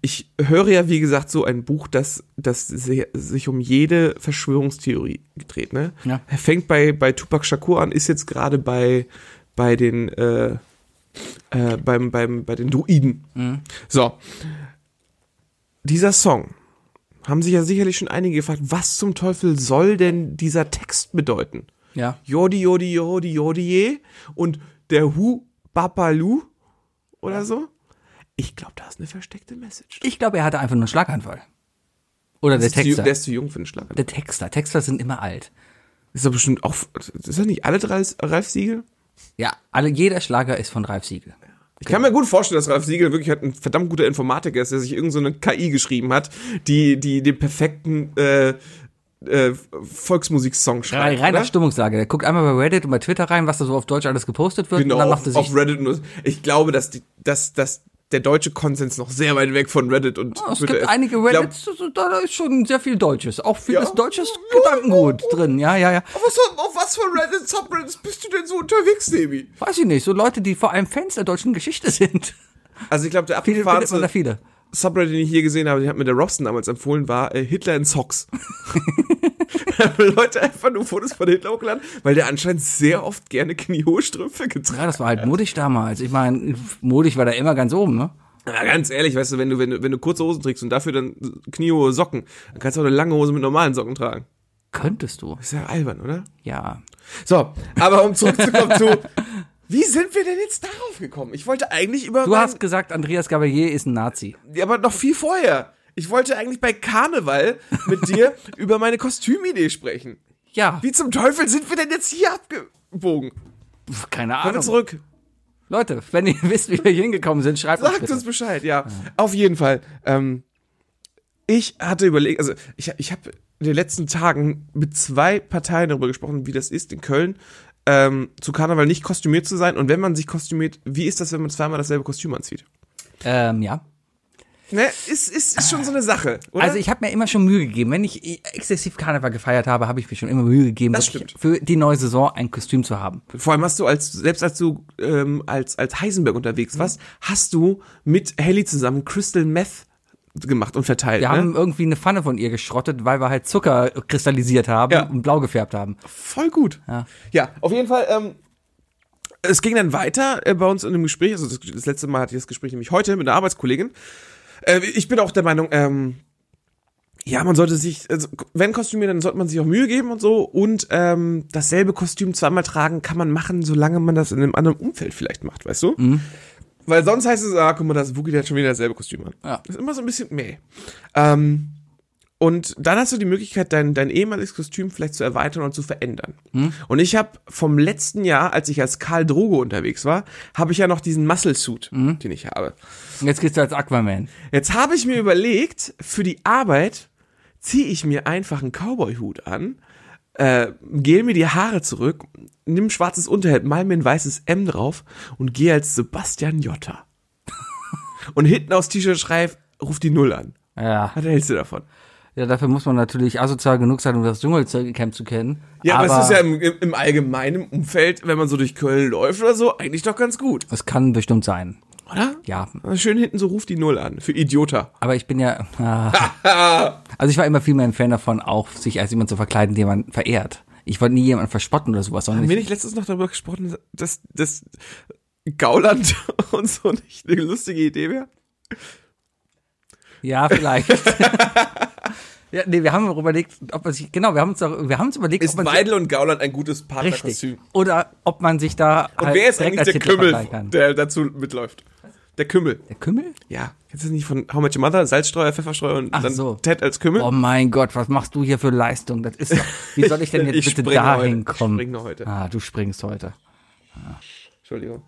Ich höre ja, wie gesagt, so ein Buch, das, das sehr, sich um jede Verschwörungstheorie dreht, ne? Ja. Er fängt bei, bei Tupac Shakur an, ist jetzt gerade bei, bei den, äh, äh, beim, beim, bei den Druiden. Mhm. So. Dieser Song. Haben sich ja sicherlich schon einige gefragt, was zum Teufel soll denn dieser Text bedeuten? Ja. Jodi, Jodi, Jodi, Jodie und der Hu Babalu oder so. Ich glaube, da ist eine versteckte Message. Ich glaube, er hatte einfach nur einen Schlaganfall. Oder der ist zu, Texter. der ist zu jung für den Schlag. Der Texter. Texter sind immer alt. Ist doch bestimmt auch. Ist das nicht alle drei Ralf Siegel? Ja, alle, jeder Schlager ist von Ralf Siegel. Ich kann mir gut vorstellen, dass Ralf Siegel wirklich halt ein verdammt guter Informatiker ist, der sich irgendeine so eine KI geschrieben hat, die, die den perfekten äh, äh, Volksmusiksong Rein, schreibt. reiner Oder? Stimmungslage. Der guckt einmal bei Reddit und bei Twitter rein, was da so auf Deutsch alles gepostet wird. Genau, und dann macht er auf, sich. auf Reddit. Nur, ich glaube, dass, die, dass, dass der deutsche Konsens noch sehr weit weg von Reddit und Oh, es Twitter gibt ist. einige Ich glaub, Reddits, da ist schon sehr viel Deutsches. Auch vieles Ja. deutsches Gedankengut drin. Ja, ja, ja. Auf was, auf was für Reddit Subreddits bist du denn so unterwegs, Sebi? Weiß ich nicht. So Leute, die vor allem Fans der deutschen Geschichte sind. Also ich glaube, der Viele findet man da abgefahrenste viele. Subreddit, den ich hier gesehen habe, den hat mir der Robson damals empfohlen, war äh, Hitler in Socks. Da haben Leute einfach nur Fotos von Hitler hochgeladen, weil der anscheinend sehr oft gerne kniehohe Strümpfe getragen Ja, das war halt modig damals. Ich meine, modig war da immer ganz oben, ne? hat. Na, ganz ehrlich, weißt du wenn, du, wenn du, wenn du kurze Hosen trägst und dafür dann kniehohe Socken, dann kannst du auch eine lange Hose mit normalen Socken tragen. Könntest du. Ist ja albern, oder? Ja. So, aber um zurückzukommen zu, wie sind wir denn jetzt darauf gekommen? Ich wollte eigentlich über Du mein- hast gesagt, Andreas Gabalier ist ein Nazi. Ja, aber noch viel vorher. Ich wollte eigentlich bei Karneval mit dir über meine Kostümidee sprechen. Ja. Wie zum Teufel sind wir denn jetzt hier abgebogen? Pff, keine Kommen wir Ahnung. zurück. Leute, wenn ihr wisst, wie wir hier hingekommen sind, schreibt uns Sagt bitte. uns Bescheid, ja. Auf jeden Fall. Ähm, ich hatte überlegt, also ich, ich habe in den letzten Tagen mit zwei Parteien darüber gesprochen, wie das ist in Köln, ähm, zu Karneval nicht kostümiert zu sein. Und wenn man sich kostümiert, wie ist das, wenn man zweimal dasselbe Kostüm anzieht? Ähm, ja. Ne? Ist, ist, ist schon so eine Sache, oder? Also ich habe mir immer schon Mühe gegeben. Wenn ich äh, exzessiv Karneval gefeiert habe, habe ich mir schon immer Mühe gegeben, Das wirklich stimmt. für die neue Saison ein Kostüm zu haben. Vor allem hast du als, selbst als du ähm, als, als Heisenberg unterwegs warst, hast du mit Haley zusammen Crystal Meth gemacht und verteilt. Wir ne? haben irgendwie eine Pfanne von ihr geschrottet, weil wir halt Zucker kristallisiert haben Ja. und blau gefärbt haben. Voll gut. Ja. auf jeden Fall. Ähm, es ging dann weiter äh, bei uns in dem Gespräch. Also das, das letzte Mal hatte ich das Gespräch nämlich heute mit einer Arbeitskollegin. Äh, ich bin auch der Meinung, ähm, ja, man sollte sich, also, wenn kostümieren, dann sollte man sich auch Mühe geben und so. Und ähm, dasselbe Kostüm zweimal tragen kann man machen, solange man das in einem anderen Umfeld vielleicht macht, weißt du? Mhm. Weil sonst heißt es, ah, guck mal, das Wookie, der hat schon wieder dasselbe Kostüm an. Ja. Das ist immer so ein bisschen, meh. Ähm, und dann hast du die Möglichkeit, dein, dein ehemaliges Kostüm vielleicht zu erweitern und zu verändern. Und ich habe vom letzten Jahr, als ich als Karl Drogo unterwegs war, habe ich ja noch diesen Muscle Suit, den ich habe. Und jetzt gehst du als Aquaman. Jetzt habe ich mir überlegt, für die Arbeit ziehe ich mir einfach einen Cowboy-Hut an, äh, gehe mir die Haare zurück, nimm ein schwarzes Unterhemd, mal mir ein weißes M drauf und gehe als Sebastian Jotta. und hinten aufs T-Shirt schreib, ruf die Null an. Ja. Was hältst du davon? ja, dafür muss man natürlich asozial genug sein, um das Dschungelcamp zu kennen. Ja, aber, es ist ja im, im, im allgemeinen Umfeld, wenn man so durch Köln läuft oder so, eigentlich doch ganz gut, es kann bestimmt sein. oder? Also Ja. Schön hinten so ruft die Null an, für Idiota. Aber ich bin ja. Ah. also ich war immer viel mehr ein Fan davon, auch sich als jemand zu verkleiden, den man verehrt. Ich wollte nie jemanden verspotten oder sowas, sondern Haben wir ich, nicht letztens noch darüber gesprochen, dass, dass Gauland und so nicht eine lustige Idee wäre? ja, vielleicht. ja, nee, wir haben überlegt, ob man sich, genau, wir haben uns, doch- wir haben uns überlegt, Ist ob man sich, Weidel und Gauland ein gutes richtig, Halt Partnerkostüm? oder ob man sich da Und wer ist direkt eigentlich der als Hitler verkleiden Kümmel, kann. der dazu mitläuft? Der Kümmel. Der Kümmel? Ja, kennst du das nicht von How Much Your Mother? Salzstreuer, Pfefferstreuer und Ach dann so. Ted als Kümmel? Oh mein Gott, was machst du hier für Leistung? Das ist doch, wie soll ich denn jetzt Ich bitte springe dahin heute. Ich kommen? springe heute. Ah, du springst heute. Entschuldigung.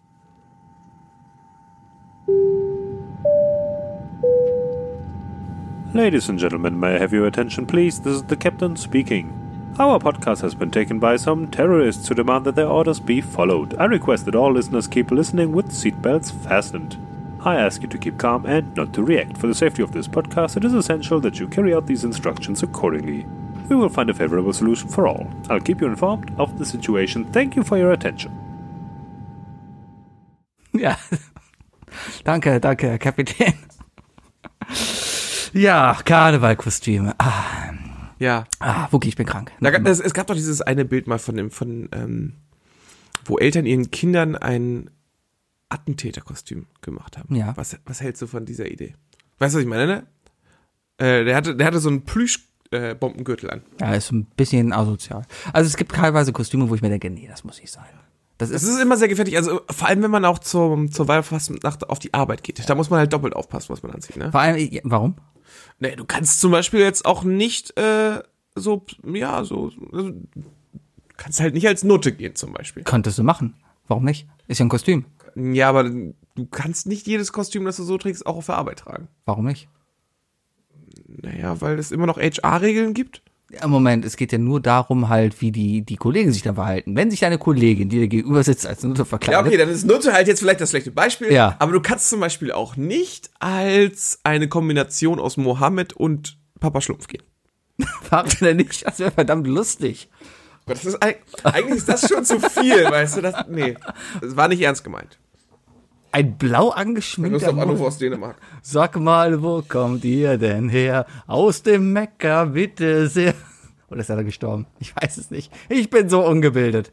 Ladies and gentlemen, may I have your attention, please? This is the captain speaking. Our podcast has been taken by some terrorists to demand that their orders be followed. I request that all listeners keep listening with seatbelts fastened. I ask you to keep calm and not to react. For the safety of this podcast, it is essential that you carry out these instructions accordingly. We will find a favorable solution for all. I'll keep you informed of the situation. Thank you for your attention. Ja. danke, danke, Herr Kapitän. Ja, Karnevalkostüme. Ah, Ja, ah, Wookie, ich bin krank. Da, gab- es, es gab doch dieses eine Bild mal von dem, von, ähm, wo Eltern ihren Kindern ein Attentäterkostüm gemacht haben. Ja. Was, was hältst du von dieser Idee? Weißt du, was ich meine, ne? Äh, der hatte, der hatte so einen Plüsch-Bombengürtel an. Ja, ist ein bisschen asozial. Also es gibt teilweise Kostüme, wo ich mir denke, nee, das muss nicht sein. Das Es ist, ist immer sehr gefährlich, also vor allem, wenn man auch zur, zur Weiberfastnacht auf die Arbeit geht. Da muss man halt doppelt aufpassen, was man anzieht, ne? vor allem, ja, warum? Nee, du kannst zum Beispiel jetzt auch nicht, äh, so, ja, so, also, du kannst halt nicht als Nutte gehen, zum Beispiel. Könntest du machen. Warum nicht? Ist ja ein Kostüm. Ja, aber du kannst nicht jedes Kostüm, das du so trägst, auch auf der Arbeit tragen. Warum nicht? Naja, weil es immer noch HR-Regeln gibt. Ja, Moment, es geht ja nur darum halt, wie die, die Kollegen sich dann verhalten. Wenn sich deine Kollegin, die dir gegenüber sitzt, als Nutte Ja, verkleidet, okay, dann ist Nutte halt jetzt vielleicht das schlechte Beispiel. Ja. Aber du kannst zum Beispiel auch nicht als eine Kombination aus Mohammed und Papa Schlumpf gehen. warum denn nicht? Das wäre verdammt lustig. Oh Gott, das ist, eig- eigentlich ist das schon zu viel, weißt du? Das, nee, das war nicht ernst gemeint. Ein blau Du bist angeschminkter doch Mann. Anrufe aus Dänemark. Sag mal, wo kommt ihr denn her? Aus dem Mekka, bitte sehr. Oder ist er da gestorben? Ich weiß es nicht. Ich bin so ungebildet.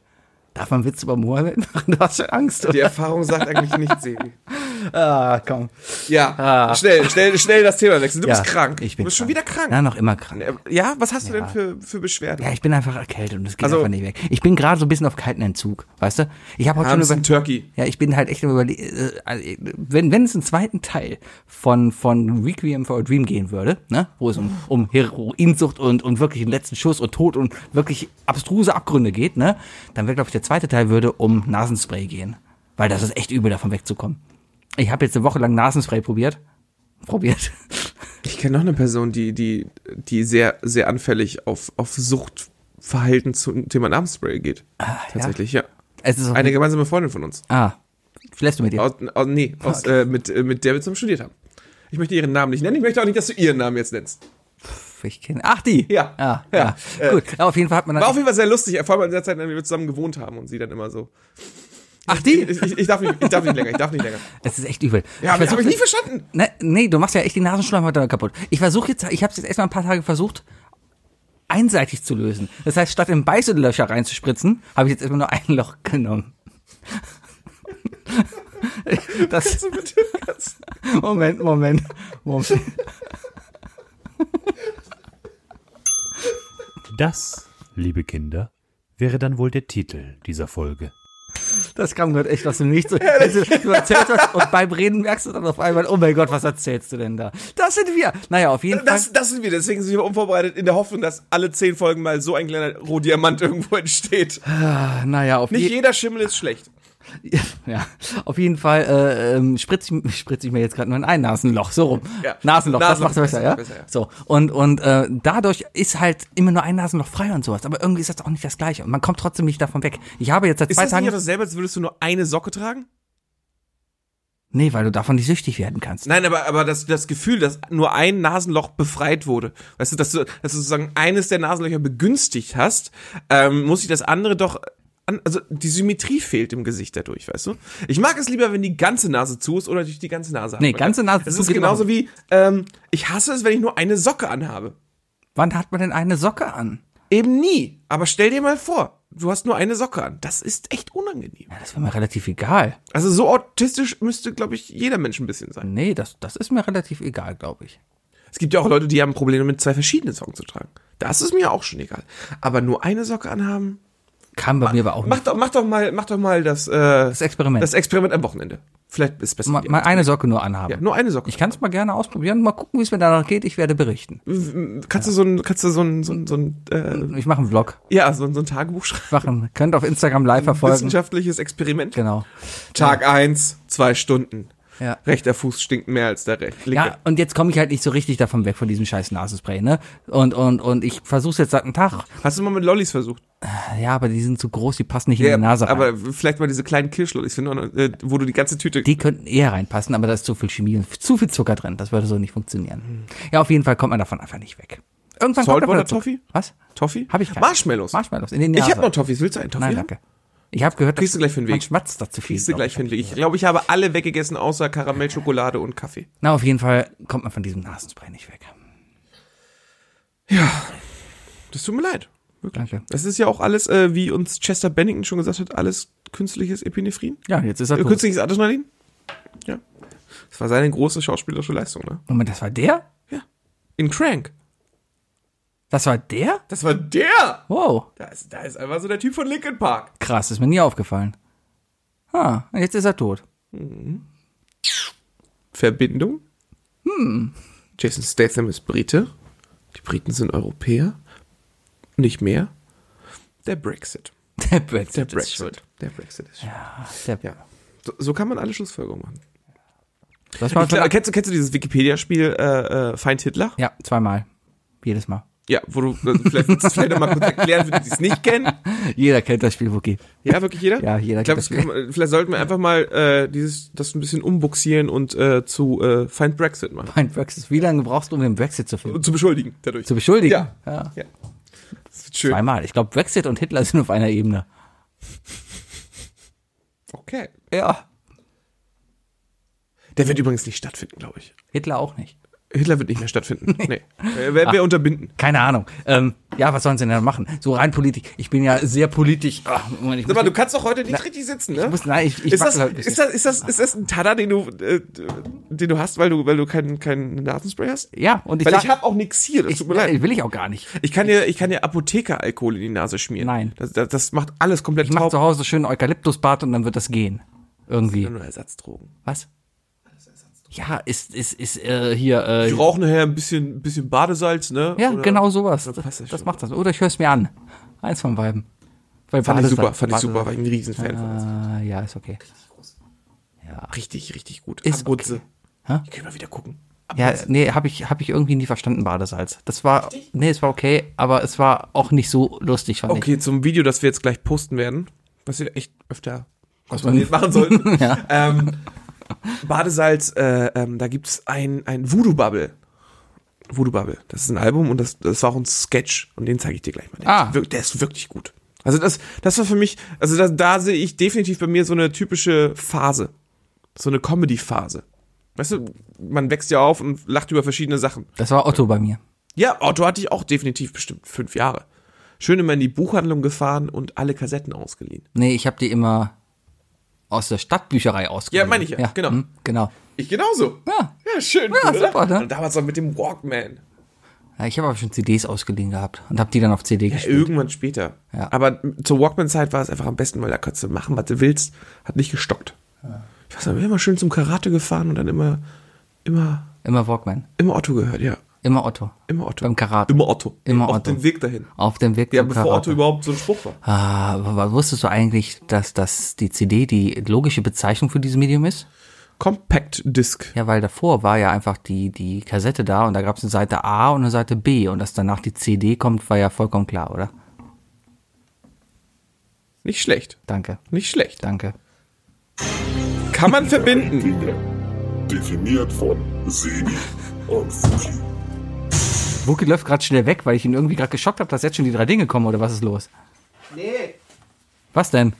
Darf man Witz über Mohammed machen? Du hast schon Angst, Die oder? Erfahrung sagt eigentlich nichts, Sebi. Ah, komm. Ja, Ah. schnell, schnell, schnell das Thema wechseln. Du Ja, bist krank. Ich bin du bist schon krank. wieder krank. Äh, Ja, noch immer krank. Ja, was hast du denn für, für Beschwerden? Ja, ich bin einfach erkältet und es geht Also- einfach nicht weg. Ich bin gerade so ein bisschen auf kalten Entzug, weißt du? Ich habe heute Hamster schon in über Turkey. Ja, ich bin halt echt über wenn wenn es einen zweiten Teil von von Requiem for a Dream gehen würde, ne, wo es um um Heroinsucht und und wirklich den letzten Schuss und Tod und wirklich abstruse Abgründe geht, ne, dann wäre glaube ich der zweite Teil würde um Nasenspray gehen, weil das ist echt übel davon wegzukommen. Ich habe jetzt eine Woche lang Nasenspray probiert. Probiert. Ich kenne noch eine Person, die, die, die sehr, sehr anfällig auf, auf Suchtverhalten zum Thema Namensspray geht. Tatsächlich, Ah, ja. Es ist auch Eine gemeinsame Freundin von uns. ah. Schläfst du mit ihr? Aus, aus, nee, aus, äh, mit, äh, mit der wir zusammen studiert haben. Ich möchte ihren Namen nicht nennen. Ich möchte auch nicht, dass du ihren Namen jetzt nennst. Ich kenn, ach, die. Ja. Ah, Ja. Äh, ja. Gut. Ja, auf jeden Fall hat man dann. War auf jeden Fall sehr lustig, vor allem in der Zeit, in der wir zusammen gewohnt haben und sie dann immer so. ach, die? Ich, ich, ich, darf, nicht, ich darf nicht länger, ich darf nicht länger. Das ist echt übel. Ja, aber das habe ich versuch- nie verstanden. Ne, nee, du machst ja echt die Nasenschleimhäute kaputt. Ich versuche jetzt, ich habe es jetzt erstmal ein paar Tage versucht, einseitig zu lösen. Das heißt, statt in beide Löcher reinzuspritzen, habe ich jetzt erstmal nur ein Loch genommen. Das, So bitte, ganz- Moment, Moment, Moment. Das, liebe Kinder, wäre dann wohl der Titel dieser Folge. Das kam gerade echt aus dem Nichts. Also, du erzählst was und beim Reden merkst du dann auf einmal, oh mein Gott, was erzählst du denn da? Das sind wir. Naja, auf jeden Fall. Das, das sind wir, deswegen sind wir unvorbereitet in der Hoffnung, dass alle zehn Folgen mal so ein kleiner Rohdiamant irgendwo entsteht. Naja, auf Nicht jeden jeder Schimmel ist schlecht. Ja, auf jeden Fall äh, ähm, spritze ich, spritz ich mir jetzt gerade nur in ein Nasenloch, so rum. Ja. Nasenloch, das Nasenloch, macht's besser, das ja? macht's besser, ja. So, und, und äh, dadurch ist halt immer nur ein Nasenloch frei und sowas, aber irgendwie ist das auch nicht das Gleiche und man kommt trotzdem nicht davon weg. Ich habe jetzt seit Ist zwei das nicht Tagen... auch dasselbe, als würdest du nur eine Socke tragen? nee, weil du davon nicht süchtig werden kannst. Nein, aber, aber das, das Gefühl, dass nur ein Nasenloch befreit wurde, weißt du, dass du, dass du sozusagen eines der Nasenlöcher begünstigt hast, ähm, muss ich das andere doch. An, also die Symmetrie fehlt im Gesicht dadurch, weißt du? Ich mag es lieber, wenn die ganze Nase zu ist oder durch die ganze Nase Nee, atmen kann. ganze Nase Das zu ist geht genauso wie, ähm, ich hasse es, wenn ich nur eine Socke anhabe. Wann hat man denn eine Socke an? Eben nie. Aber stell dir mal vor, du hast nur eine Socke an. Das ist echt unangenehm. Ja, das wäre mir relativ egal. Also so autistisch müsste, glaube ich, jeder Mensch ein bisschen sein. Nee, das, das ist mir relativ egal, glaube ich. Es gibt ja auch Leute, die haben Probleme mit zwei verschiedenen Socken zu tragen. Das ist mir auch schon egal. Aber nur eine Socke anhaben. Kam bei mir aber auch Mach nicht. doch, mach doch mal, mach doch mal das, äh, Das Experiment. das Experiment am Wochenende. Vielleicht ist es besser. Mal, mal eine Socke nur anhaben. ja, nur eine Socke. Ich kann es mal gerne ausprobieren, mal gucken, wie es mir danach geht. Ich werde berichten. Mhm. kannst du so ein, kannst du so ein, so ein, so ein äh, Ich mache einen Vlog. ja, so ein, so ein Tagebuch schreiben. machen. Könnt auf Instagram live verfolgen. Wissenschaftliches Experiment. Genau. Tag eins, zwei Stunden. Ja. Rechter Fuß stinkt mehr als der recht- linke. Ja, und jetzt komme ich halt nicht so richtig davon weg von diesem scheiß Nasenspray, ne? Und und und ich versuch's jetzt seit einem Tag. Hast du mal mit Lollis versucht? Ja, aber die sind zu groß, die passen nicht in die Nase rein. aber vielleicht mal diese kleinen Kirschlollis, wenn du noch- äh, wo du die ganze Tüte die könnten eher reinpassen, aber da ist zu viel Chemie und zu viel Zucker drin. Das würde so nicht Mhm. funktionieren. Ja, auf jeden Fall kommt man davon einfach nicht weg. Irgendwann kommt Saltwater davon der Zucker- Toffee? Was? Toffee? Hab ich keine. Marshmallows. Marshmallows in den Ich habe Nase. noch Toffees. Willst du einen Toffee? Nein, haben? danke. Ich habe gehört, Kriegst du gleich für den Weg. man schmatzt da zu viel. Kriegst du glaub gleich hin. Ich glaube, ich habe alle weggegessen, außer Karamell, Schokolade und Kaffee. ich. Na, auf jeden Fall kommt man von diesem Nasenspray nicht weg. Das tut mir leid. Danke. Das ist ja auch alles, äh, wie uns Chester Bennington schon gesagt hat, alles künstliches Epinephrin. Ja, jetzt ist er Äh, tot. künstliches Adrenalin. Ja. Das war seine große schauspielerische Leistung, ne? Moment, das war der? Ja. In Crank. Das war der? Das war der! Wow. Da ist, da ist einfach so der Typ von Linkin Park. Krass, ist mir nie aufgefallen. Ah, jetzt ist er tot. Verbindung. Hm. Jason Statham ist Brite. Die Briten sind Europäer. Nicht mehr. Der Brexit. Der Brexit. Der Ist schuld. Brexit. Der Brexit ist schuld. Ah, Der, Ja. So, so kann man alle Schlussfolgerungen machen. Das war Klar, kennst, du, kennst du dieses Wikipedia-Spiel äh, äh, Feind Hitler? ja, zweimal. Jedes Mal. Ja, wo du äh, vielleicht, willst du es vielleicht noch mal kurz erklären, für die, die es nicht kennen. Jeder kennt das Spiel, Wookie. Ja, wirklich jeder? Ja, jeder Ich glaub, das kennt kann man- vielleicht sollten wir einfach mal äh, dieses, das ein bisschen umbuxieren und äh, zu äh, Feind Brexit machen. Mein Brexit. Wie lange brauchst du, um den Brexit zu finden? Und zu beschuldigen dadurch. Zu beschuldigen? Ja. ja. ja. Das wird schön. Zweimal. Ich glaube, Brexit und Hitler sind auf einer Ebene. Okay. Ja. Der wird übrigens nicht stattfinden, glaube ich. Hitler auch nicht. Hitler wird nicht mehr stattfinden. nee. Äh, Werden Ah. wir unterbinden. Keine Ahnung. Ähm, ja, was sollen sie denn da machen? So rein politisch. Ich bin ja sehr politisch. Ach, Moment, ich muss, Aber du kannst doch heute nicht richtig sitzen, ne? ich muss, nein, ich, ich ist, das, wackel halt ein bisschen. ist, das, ist, das, ist das ein Tada, den du, äh, den du hast, weil du, weil du keinen keinen Nasenspray hast? ja, und ich, Weil sag- ich habe auch nix hier, das ich äh, tut mir leid. will ich auch gar nicht. Ich kann dir, ich kann dir Apothekeralkohol in die Nase schmieren. Nein. Das, das, das macht alles komplett Ich mache zu Hause schön Eukalyptusbad und dann wird das gehen. Irgendwie. Nur Ersatzdrogen. Was? Ja, ist, ist, ist äh, hier. Äh, Die rauchen nachher ein bisschen, bisschen Badesalz, ne? ja, Oder- genau sowas. Das, passt das das schon. macht das. Oder ich höre es mir an. Eins von beiden. Weil Fand ich Badesalz- super, fand ich super, war Badesalz- ich ein Riesenfan von. Ah, ja, ist okay. Richtig, richtig gut. Ist Abruzze. Hä? Die können wir wieder gucken. Ja, nee, habe ich, hab ich irgendwie nie verstanden, Badesalz. Das war, nee, es war okay, aber es war auch nicht so lustig, fand Okay, zum Video, das wir Mhm. jetzt gleich posten werden, was wir echt öfter ich. Was machen sollten. ähm, Badesalz, äh, ähm, da gibt's ein, ein Voodoo Bubble. Voodoo Bubble. Das ist ein Album und das, das war auch ein Sketch und den zeige ich dir gleich mal. Der, Ah. ist, wirk- der ist wirklich gut. Also das, das war für mich, also da, da sehe ich definitiv bei mir so eine typische Phase. So eine Comedy-Phase. Weißt du, man wächst ja auf und lacht über verschiedene Sachen. Das war Otto bei mir. Ja, Otto hatte ich auch definitiv bestimmt fünf Jahre. Schön immer in die Buchhandlung gefahren und alle Kassetten ausgeliehen. Nee, ich habe die immer aus der Stadtbücherei ausgeliehen. meine ich ja, genau. hm, genau. Ich genauso. Ja. Ja, schön. Ja, super, ne? Und damals auch mit dem Walkman. Ja, Ich habe aber schon CDs ausgeliehen gehabt und habe die dann auf CD gespielt. Irgendwann später. Ja. Aber zur Walkman-Zeit war es einfach am besten, weil da konntest du machen, was du willst. Hat nicht gestockt. Ich weiß, nicht, wir sind immer schön zum Karate gefahren und dann immer, immer, Immer Walkman. immer Otto gehört, ja. Immer Otto. Immer Otto. Beim Karate. Immer Otto. Immer Auf Otto. dem Weg dahin. Auf dem Weg Ja, zum bevor Otto Karate. überhaupt so ein Spruch war. Ah, aber wusstest du eigentlich, dass das die CD die logische Bezeichnung für dieses Medium ist? Compact Disc. Ja, weil davor war ja einfach die, die Kassette da und da gab es eine Seite A und eine Seite B und dass danach die CD kommt, war ja vollkommen klar, oder? Nicht schlecht. Danke, Nicht schlecht. danke. Kann man verbinden. Dinge. Definiert von Sebi und Fuki. Wookie läuft gerade schnell weg, weil ich ihn irgendwie gerade geschockt habe, dass jetzt schon die drei Dinge kommen oder was ist los? Nee, Was denn?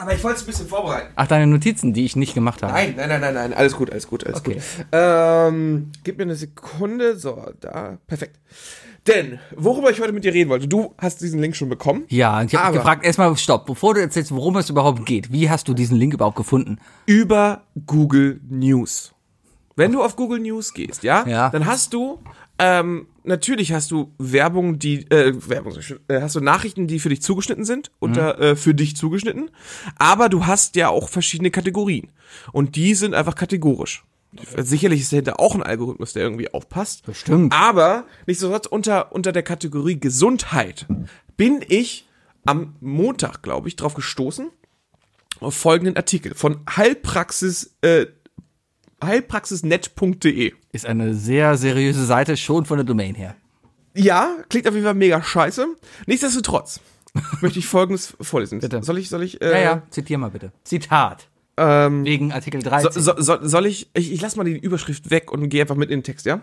aber ich wollte es ein bisschen vorbereiten. Ach, deine Notizen, die ich nicht gemacht habe. Nein, nein, nein, nein, nein. Alles gut, alles gut, alles Okay. gut. Ähm, gib mir eine Sekunde. So, da. Perfekt. Denn, worüber ich heute mit dir reden wollte, du hast diesen Link schon bekommen. Ja, und ich habe Aber- gefragt, erstmal stopp, bevor du erzählst, worum es überhaupt geht. Wie hast du diesen Link überhaupt gefunden? Über Google News. Wenn du auf Google News gehst, ja, Ja. dann hast du, ähm, natürlich hast du Werbung, die, äh, Werbung, sag ich schon, äh, hast du Nachrichten, die für dich zugeschnitten sind, unter, äh, für dich zugeschnitten, aber du hast ja auch verschiedene Kategorien. Und die sind einfach kategorisch. Sicherlich ist dahinter auch ein Algorithmus, der irgendwie aufpasst. Bestimmt. Aber nichtsdestotrotz unter, unter der Kategorie Gesundheit bin ich am Montag, glaube ich, drauf gestoßen auf folgenden Artikel von Heilpraxis äh, heilpraxisnet.de. Ist eine sehr seriöse Seite, schon von der Domain her. Ja, klingt auf jeden Fall mega scheiße. Nichtsdestotrotz möchte ich folgendes vorlesen. Bitte. Soll ich soll ich Ja, äh, Ähm, ja, zitier mal bitte. Zitat. Wegen Artikel 13. So, so, so- soll ich, ich, ich lasse mal die Überschrift weg und gehe einfach mit in den Text, ja?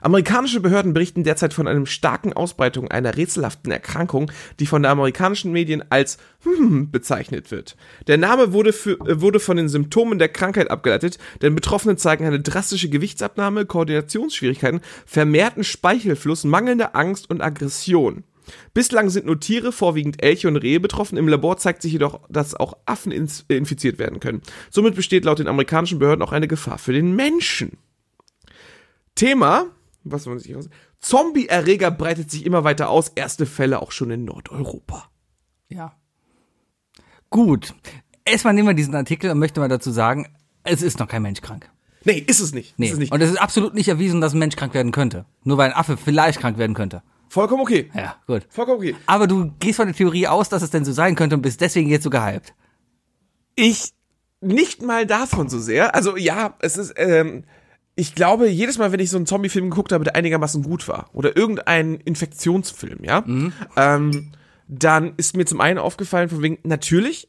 Amerikanische Behörden berichten derzeit von einer starken Ausbreitung einer rätselhaften Erkrankung, die von den amerikanischen Medien als hm bezeichnet wird. Der Name wurde, für, äh, wurde von den Symptomen der Krankheit abgeleitet, denn Betroffene zeigen eine drastische Gewichtsabnahme, Koordinationsschwierigkeiten, vermehrten Speichelfluss, mangelnde Angst und Aggression. Bislang sind nur Tiere, vorwiegend Elche und Rehe, betroffen. Im Labor zeigt sich jedoch, dass auch Affen ins, äh, infiziert werden können. Somit besteht laut den amerikanischen Behörden auch eine Gefahr für den Menschen. Thema, was man sich aus. Zombie-Erreger breitet sich immer weiter aus. Erste Fälle auch schon in Nordeuropa. Ja. Gut. Erstmal nehmen wir diesen Artikel und möchte mal dazu sagen, es ist noch kein Mensch krank. Nee, ist es nicht. Nee. Ist es nicht. Und es ist absolut nicht erwiesen, dass ein Mensch krank werden könnte. Nur weil ein Affe vielleicht krank werden könnte. Vollkommen okay. Ja, gut. Vollkommen okay. Aber du gehst von der Theorie aus, dass es denn so sein könnte und bist deswegen jetzt so gehypt. Ich nicht mal davon so sehr. Also ja, es ist, ähm, ich glaube, jedes Mal, wenn ich so einen Zombie-Film geguckt habe, der einigermaßen gut war, oder irgendeinen Infektionsfilm, ja, ähm, dann ist mir zum einen aufgefallen, von wegen, natürlich,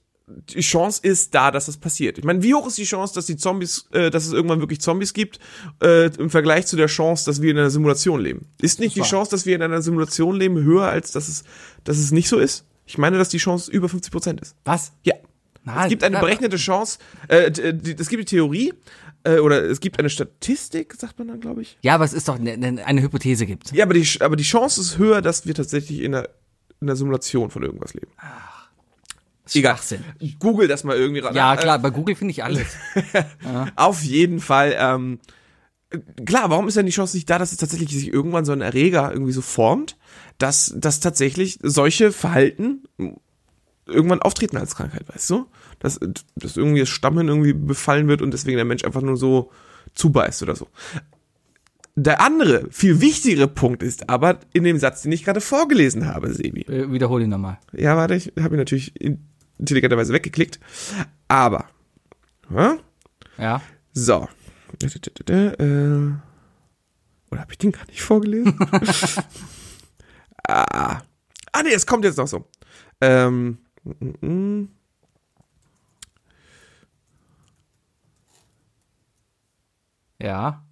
die Chance ist da, dass das passiert. Ich meine, wie hoch ist die Chance, dass die Zombies, äh, dass es irgendwann wirklich Zombies gibt, äh, im Vergleich zu der Chance, dass wir in einer Simulation leben? Ist nicht die Chance, dass wir in einer Simulation leben, höher als dass es, dass es nicht so ist? Ich meine, dass die Chance über 50 Prozent ist. Was? Ja. Nein, es gibt eine na- berechnete Chance, äh, d- d- es gibt die Theorie, äh, oder es gibt eine Statistik, sagt man dann, glaube ich. Ja, aber es ist doch ne- ne- eine Hypothese gibt. Ja, aber die, aber die Chance ist höher, dass wir tatsächlich in einer, in einer Simulation von irgendwas leben. Ah, Egal. Schwachsinn. Google das mal irgendwie ran. Ja, klar, bei Google finde ich alles. Auf jeden Fall, ähm, klar, warum ist denn die Chance nicht da, dass es tatsächlich sich irgendwann so ein Erreger irgendwie so formt, dass, dass tatsächlich solche Verhalten irgendwann auftreten als Krankheit, weißt du? Dass, dass irgendwie das Stammhirn irgendwie befallen wird und deswegen der Mensch einfach nur so zubeißt oder so. Der andere, viel wichtigere Punkt ist aber in dem Satz, den ich gerade vorgelesen habe, Sebi. Äh, wiederhole ihn nochmal. Ja, warte, ich habe ihn natürlich intelligenterweise weggeklickt. Aber, ja, Ja. so. Äh, Oder habe ich den gar nicht vorgelesen? ah. ah, nee, es kommt jetzt noch so. Ähm. mm, mm, mm. Ja.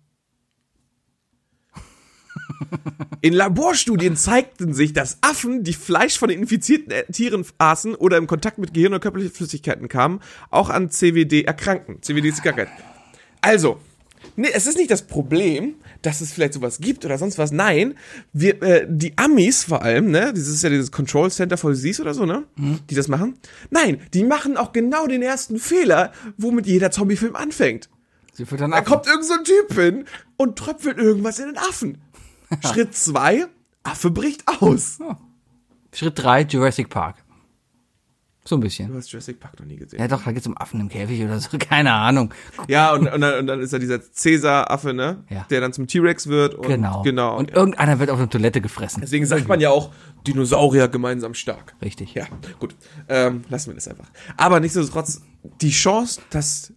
In Laborstudien zeigten sich, dass Affen, die Fleisch von den infizierten Ä- Tieren aßen oder im Kontakt mit Gehirn- oder körperlichen Flüssigkeiten kamen, auch an CWD erkrankten. CWD ist die Krankheit. Also, nee, es ist nicht das Problem, dass es vielleicht sowas gibt oder sonst was. Nein, wir, äh, die Amis vor allem, ne, dieses ist ja dieses Control Center for Disease oder so, ne, die das machen. Nein, die machen auch genau den ersten Fehler, womit jeder Zombiefilm anfängt. Sie füttern Da ab. kommt irgend so ein Typ hin und tröpfelt irgendwas in den Affen. Schritt zwei, Affe bricht aus. Schritt 3, Jurassic Park. So ein bisschen. Du hast Jurassic Park noch nie gesehen. Ja doch, da geht's um Affen im Käfig oder so, keine Ahnung. Ja, und, und, dann, und dann ist da dieser Cäsar-Affe, ne? Ja. Der dann zum T-Rex wird. Und, Genau. genau. Und irgendeiner wird auf der Toilette gefressen. Deswegen sagt man ja auch, Dinosaurier gemeinsam stark. Richtig. Ja, gut. Ähm, lassen wir das einfach. Aber nichtsdestotrotz, die Chance, dass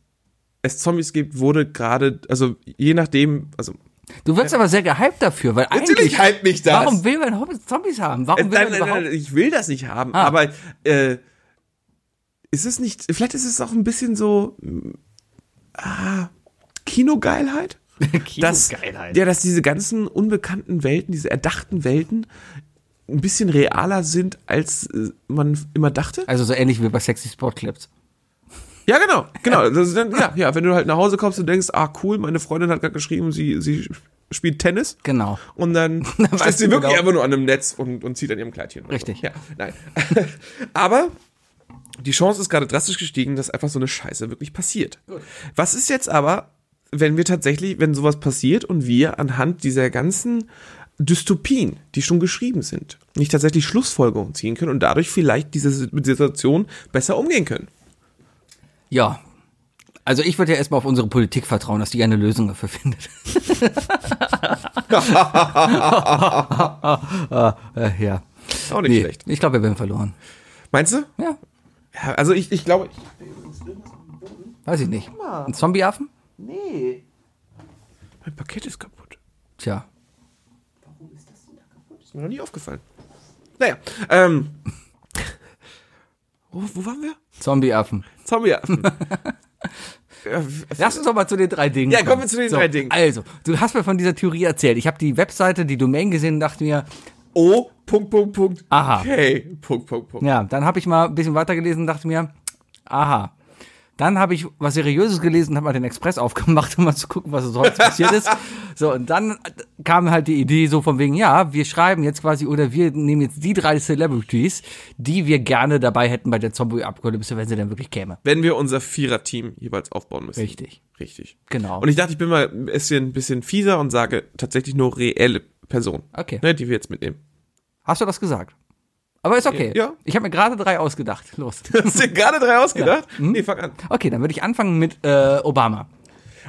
es Zombies gibt, wurde gerade, also je nachdem, also Du wirst aber sehr gehypt dafür, weil Natürlich eigentlich... hypt mich das. Warum will man überhaupt Zombies haben? Warum Äh, will Nein, man nein, überhaupt... nein, ich will das nicht haben, Ah. aber äh, ist es nicht, vielleicht ist es auch ein bisschen so mh, ah, Kinogeilheit? Dass, Kinogeilheit. ja, dass diese ganzen unbekannten Welten, diese erdachten Welten ein bisschen realer sind, als äh, man immer dachte. Also so ähnlich wie bei Sexy Sport Clips. Ja, genau, genau. Das ist dann, ja, ja, wenn du halt nach Hause kommst und denkst, ah cool, meine Freundin hat gerade geschrieben, sie, sie spielt Tennis. Genau. Und dann weißt ist sie du wirklich genau. einfach nur an einem Netz und, und zieht an ihrem Kleidchen. oder Richtig. So. Ja, nein. Aber die Chance ist gerade drastisch gestiegen, dass einfach so eine Scheiße wirklich passiert. Was ist jetzt aber, wenn wir tatsächlich, wenn sowas passiert und wir anhand dieser ganzen Dystopien, die schon geschrieben sind, nicht tatsächlich Schlussfolgerungen ziehen können und dadurch vielleicht diese, mit dieser Situation besser umgehen können? Ja. Also ich würde ja erstmal auf unsere Politik vertrauen, dass die eine Lösung dafür findet. Ah, äh, ja. Auch nicht schlecht. Ich glaube, wir werden verloren. Meinst du? Ja, Ja, also ich, ich glaube, weiß ich nicht. Ein Zombieaffen? mein Paket ist kaputt. Tja. Ist mir noch nie aufgefallen. Naja, ähm. Wo, wo waren wir? Zombieaffen. Zombieaffen. ja, Lass uns doch mal zu den drei Dingen. Ja, kommen wir zu den drei Dingen. Also, du hast mir von dieser Theorie erzählt. Ich habe die Webseite, die Domain gesehen und dachte mir, oh, Punkt, Punkt, Punkt. Aha. Okay, Punkt, Punkt, Punkt. ja, dann habe ich mal ein bisschen weitergelesen und dachte mir, aha. Dann habe ich was Seriöses gelesen und habe mal den Express aufgemacht, um mal zu gucken, was so heute passiert ist. So, und dann kam halt die Idee so von wegen, ja, wir schreiben jetzt quasi oder wir nehmen jetzt die drei Celebrities, die wir gerne dabei hätten bei der Zombie-Apokalypse, wenn sie dann wirklich käme. Wenn wir unser Vierer-Team jeweils aufbauen müssen. Richtig. Richtig. Genau. Und ich dachte, ich bin mal ein bisschen, ein bisschen fieser und sage tatsächlich nur reelle Personen. Okay. Ne, die wir jetzt mitnehmen. Hast du das gesagt? Aber ist okay. Ja. Ich habe mir gerade drei ausgedacht. Los. Hast du dir gerade drei ausgedacht? Hm? Nee, fang an. Okay, dann würde ich anfangen mit äh, Obama.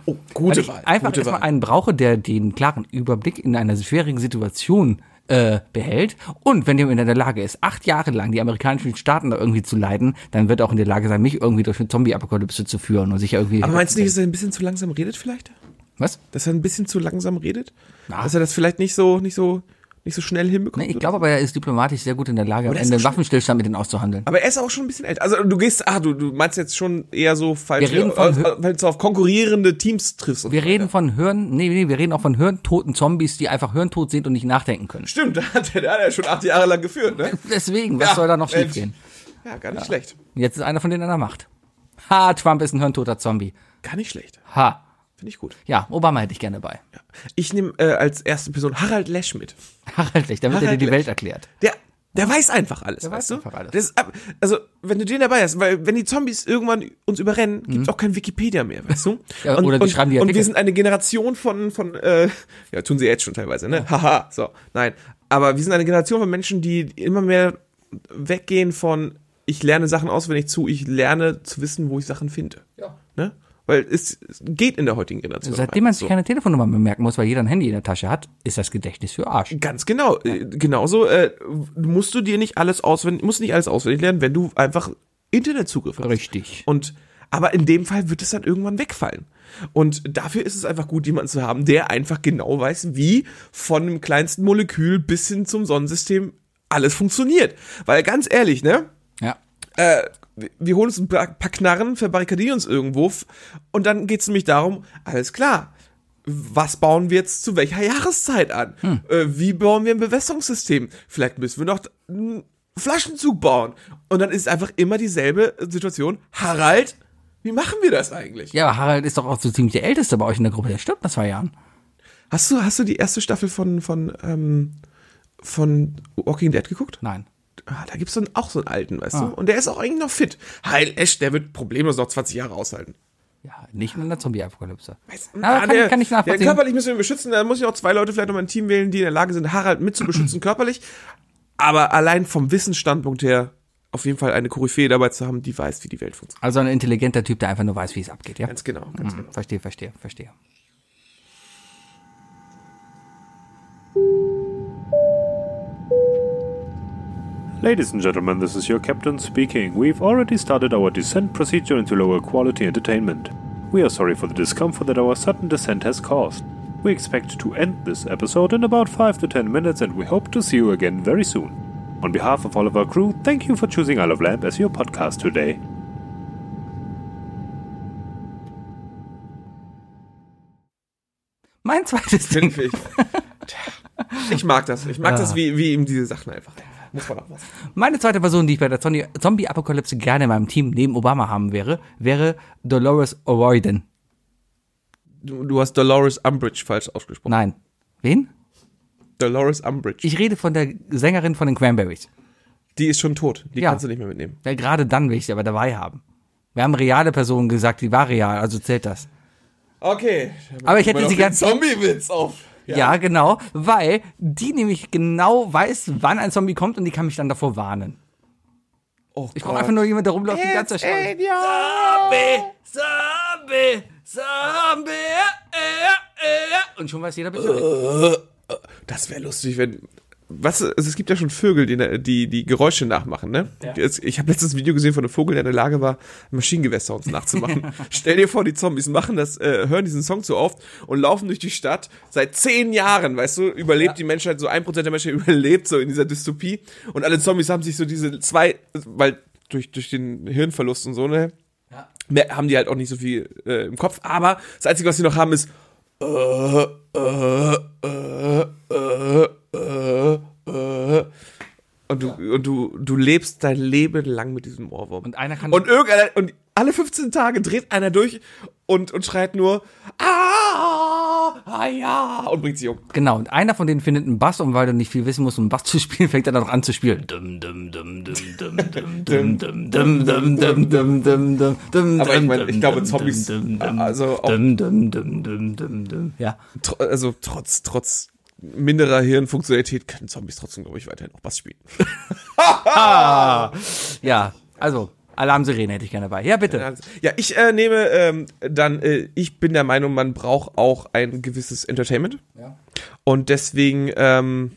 Oh, Weil gute ich Wahl. einfach gute erstmal einen brauche, der den klaren Überblick in einer schwierigen Situation äh, behält. Und wenn jemand in der Lage ist, acht Jahre lang die amerikanischen Staaten da irgendwie zu leiten, dann wird er auch in der Lage sein, mich irgendwie durch eine Zombie-Apokalypse zu führen und sich ja irgendwie. Aber meinst du nicht, dass er ein bisschen zu langsam redet vielleicht? was? dass er ein bisschen zu langsam redet, dass er das vielleicht nicht so nicht so nicht so schnell hinbekommt. Nee, ich glaube aber, er ist diplomatisch sehr gut in der Lage, am er ist doch Ende einen schon- Waffenstillstand mit denen auszuhandeln. aber er ist auch schon ein bisschen älter. Also du gehst, ah, du, du meinst jetzt schon eher so falsch, Wir reden von äh, Hö- weil du auf konkurrierende Teams triffst. Und Wir so reden weiter. von Hirn, nee, nee, wir reden auch von hirntoten Zombies, die einfach hirntot sind und nicht nachdenken können. Stimmt, da hat er, da hat er schon acht Jahre lang geführt, ne? Deswegen, was Ja, soll da noch Mensch. schiefgehen? Ja, gar nicht schlecht. Jetzt ist einer von denen an der Macht. Ha, Trump ist ein hirntoter Zombie. Gar nicht schlecht. Ha. Finde ich gut. Ja, Obama hätte ich gerne bei. Ich nehme äh, als erste Person Harald Lesch mit. Harald Lech, damit er Harald dir die Lech. Welt erklärt. Der, der weiß einfach alles, Der weißt weiß du? einfach alles. Das ist ab- also, wenn du den dabei hast, weil wenn die Zombies irgendwann uns überrennen, gibt's auch kein Wikipedia mehr, weißt du? Mhm. Ja, oder die und, schreiben die Und wir Artikel. sind eine Generation von, von äh, ja, tun sie jetzt schon teilweise, ne? Haha, so, nein. Aber wir sind eine Generation von Menschen, die immer mehr weggehen von ich lerne Sachen auswendig zu, ich lerne zu wissen, wo ich Sachen finde. Ja. Ne? Weil es, es geht in der heutigen Generation. Seitdem man einfach sich so. keine Telefonnummer mehr merken muss, weil jeder ein Handy in der Tasche hat, ist das Gedächtnis für Arsch. Ganz genau. Äh, Genauso äh, musst du dir nicht alles auswendig, musst nicht alles auswendig lernen, wenn du einfach Internetzugriff hast. Richtig. Und aber in dem Fall wird es dann irgendwann wegfallen. Und dafür ist es einfach gut, jemanden zu haben, der einfach genau weiß, wie von dem kleinsten Molekül bis hin zum Sonnensystem alles funktioniert. Weil ganz ehrlich, ne? Ja. äh, wir- wir holen uns ein paar paar Knarren, verbarrikadieren uns irgendwo f- und dann geht es nämlich darum, alles klar, was bauen wir jetzt zu welcher Jahreszeit an? Hm. Äh, wie bauen wir ein Bewässerungssystem? Vielleicht müssen wir noch einen Flaschenzug bauen. Und dann ist einfach immer dieselbe Situation. Harald, wie machen wir das eigentlich? Ja, aber Harald ist doch auch so ziemlich der Älteste bei euch in der Gruppe. Der stirbt nach zwei Jahren. Hast du, hast du die erste Staffel von, von, ähm, von Walking Dead geguckt? Nein. Ah. Ah, da gibt's dann auch so einen alten, weißt du? Und der ist auch eigentlich noch fit. Heil Esch, der wird problemlos noch 20 Jahre aushalten. Ja, nicht in einer Zombie-Apokalypse. Na, Aber Ah, kann, Ah, der, kann ich Der nachvollziehen. körperlich müssen wir ihn beschützen. Da muss ich auch zwei Leute vielleicht noch mein Team wählen, die in der Lage sind, Harald mit zu beschützen, körperlich. Aber allein vom Wissensstandpunkt her auf jeden Fall eine Koryphäe dabei zu haben, die weiß, wie die Welt funktioniert. also ein intelligenter Typ, der einfach nur weiß, wie es abgeht, ja? Ganz genau, ganz genau. Verstehe, verstehe, verstehe. Ladies and gentlemen, this is your captain speaking. We've already started our descent procedure into lower quality entertainment. We are sorry for the discomfort that our sudden descent has caused. We expect to end this episode in about 5 to 10 minutes and we hope to see you again very soon. On behalf of all of our crew, thank you for choosing Isle of Lamp as your podcast today. Mein zweites Ding. Finde ich. Tja, Ich mag das. Ich mag das, wie, wie ihm diese Sachen einfach. Muss man auch was. Meine zweite Person, die ich bei der Zombie- Zombie-Apokalypse gerne in meinem Team neben Obama haben wäre, wäre Dolores O'Royden. Du, du hast Dolores Umbridge falsch ausgesprochen. Nein. Wen? Dolores Umbridge. Ich rede von der Sängerin von den Cranberries. Die ist schon tot. Die Ja. kannst du nicht mehr mitnehmen. Ja, gerade dann will ich sie aber dabei haben. Wir haben reale Personen gesagt, die war real, also zählt das. Okay. Aber ich hätte sie ganz ganz. Zombie-Witz auf. Ja. genau, weil die nämlich genau weiß, wann ein Zombie kommt und die kann mich dann davor warnen. Oh Ich brauche einfach nur jemanden, der rumläuft und die ganze Zeit schreit. Zombie! Zombie! Zombie! Äh, äh. Und schon weiß jeder Bescheid. Das wäre lustig, wenn. Was, also es gibt ja schon Vögel, die, ne, die, die Geräusche nachmachen, ne? Jetzt, ich habe letztes Video gesehen von einem Vogel, der in der Lage war, Maschinengewehr-Sounds nachzumachen. Stell dir vor, die Zombies machen das, äh, hören diesen Song so oft und laufen durch die Stadt. Seit zehn Jahren, weißt du, überlebt die Menschheit, so ein Prozent der Menschheit überlebt so in dieser Dystopie. Und alle Zombies haben sich so diese zwei, weil durch, durch den Hirnverlust und so, ne? Mehr, haben die halt auch nicht so viel äh, im Kopf. Aber das Einzige, was sie noch haben, ist äh, äh, äh, äh, äh, äh. Und du, und du, du lebst dein Leben lang mit diesem Ohrwurm. Und einer kann- Und irgendeiner, und alle 15 Tage dreht einer durch und, und schreit nur, ah, ah, ja, und bringt sich um. Genau, und einer von denen findet einen Bass und weil du nicht viel wissen musst, um einen Bass zu spielen, fängt er dann auch an zu spielen. Dum, dum, dum, dum, dum, dum, dum, dum, dum, dum, dum, dum, dum, dum, dum, Aber ich dum, meine, ich dum, glaube, dum, Zombies, dum, dum, also auch- dum, dum, dum, dum, dum, dum. Ja. Tr also, trotz, trotz minderer Hirnfunktionalität können Zombies trotzdem, glaube ich, weiterhin auch Bass spielen. Ja, also, Alarmsirene hätte ich gerne dabei. Ja, bitte. Also, Ja, ich äh, nehme ähm, dann, äh, ich bin der Meinung, man braucht auch ein gewisses Entertainment. Und deswegen, ähm,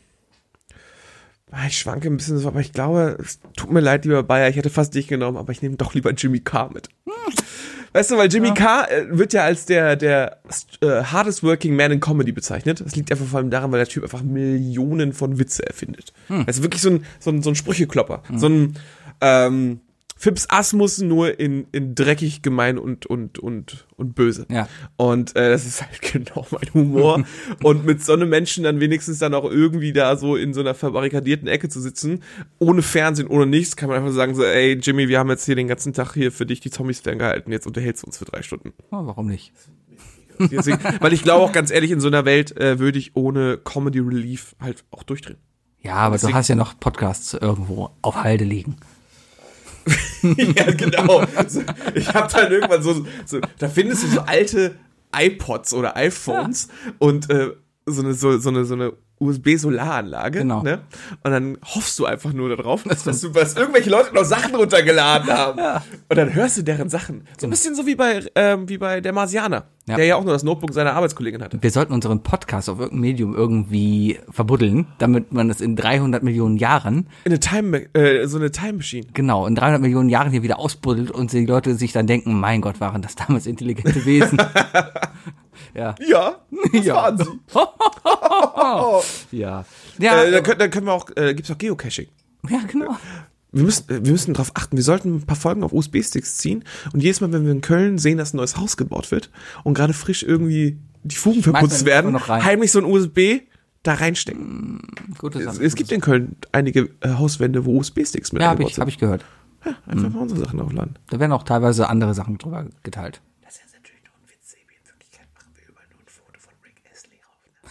ah, ich schwanke ein bisschen so, aber ich glaube, es tut mir leid, lieber Bayer, ich hätte fast dich genommen, aber ich nehme doch lieber Jimmy Carr mit. Weißt du, weil Jimmy Carr äh, wird ja als der, der äh, hardest working man in Comedy bezeichnet. Das liegt einfach vor allem daran, weil der Typ einfach Millionen von Witze erfindet. Also wirklich so ein, so ein, so ein Sprücheklopper. So ein ähm, Fips Asmus nur in, in dreckig, gemein und, und, und, und böse. Ja. Und äh, das ist halt genau mein Humor. und mit so einem Menschen dann wenigstens dann auch irgendwie da so in so einer verbarrikadierten Ecke zu sitzen, ohne Fernsehen, ohne nichts, kann man einfach sagen so, ey Jimmy, wir haben jetzt hier den ganzen Tag hier für dich die Zombies ferngehalten, jetzt unterhältst du uns für drei Stunden. Oh, warum nicht? Deswegen, weil ich glaube auch ganz ehrlich, in so einer Welt äh, würde ich ohne Comedy Relief halt auch durchdrehen. Ja, aber du hast ja noch Podcasts irgendwo auf Halde liegen. ja, genau. So, Ich habe dann irgendwann so, so, da findest du so alte iPods oder iPhones und äh, so eine, so, so eine, so eine USB-Solaranlage. Genau. Ne? Und dann hoffst du einfach nur darauf, dass, du, dass irgendwelche Leute noch Sachen runtergeladen haben. Und dann hörst du deren Sachen. So ein bisschen so wie bei, ähm, wie bei der Marsianer, Genau. Ja. der ja auch nur das Notebook seiner Arbeitskollegin hatte. Wir sollten unseren Podcast auf irgendeinem Medium irgendwie verbuddeln, damit man es in 300 Millionen Jahren, Eine Time, äh, so eine Time Machine. genau, in 300 Millionen Jahren hier wieder ausbuddelt und die Leute sich dann denken, mein Gott, waren das damals intelligente Wesen. ja. Ja, das Ja. waren sie. Ja. Ja, Äh, da, können, da können wir auch, äh, gibt's auch Geocaching. ja, genau. Wir müssen, äh, wir müssen darauf achten. Wir sollten ein paar Folgen auf USB-Sticks ziehen und jedes Mal, wenn wir in Köln sehen, dass ein neues Haus gebaut wird und gerade frisch irgendwie die Fugen Schmeißt verputzt man werden, noch rein. Hm, heimlich so ein USB da reinstecken. Gute Es, Sache. es gibt in Köln einige äh, Hauswände, wo USB-Sticks mit ja, habe eingebaut ich, Hm. hab ich gehört. Ja, einfach mal unsere Sachen aufladen. Da werden auch teilweise andere Sachen drüber geteilt.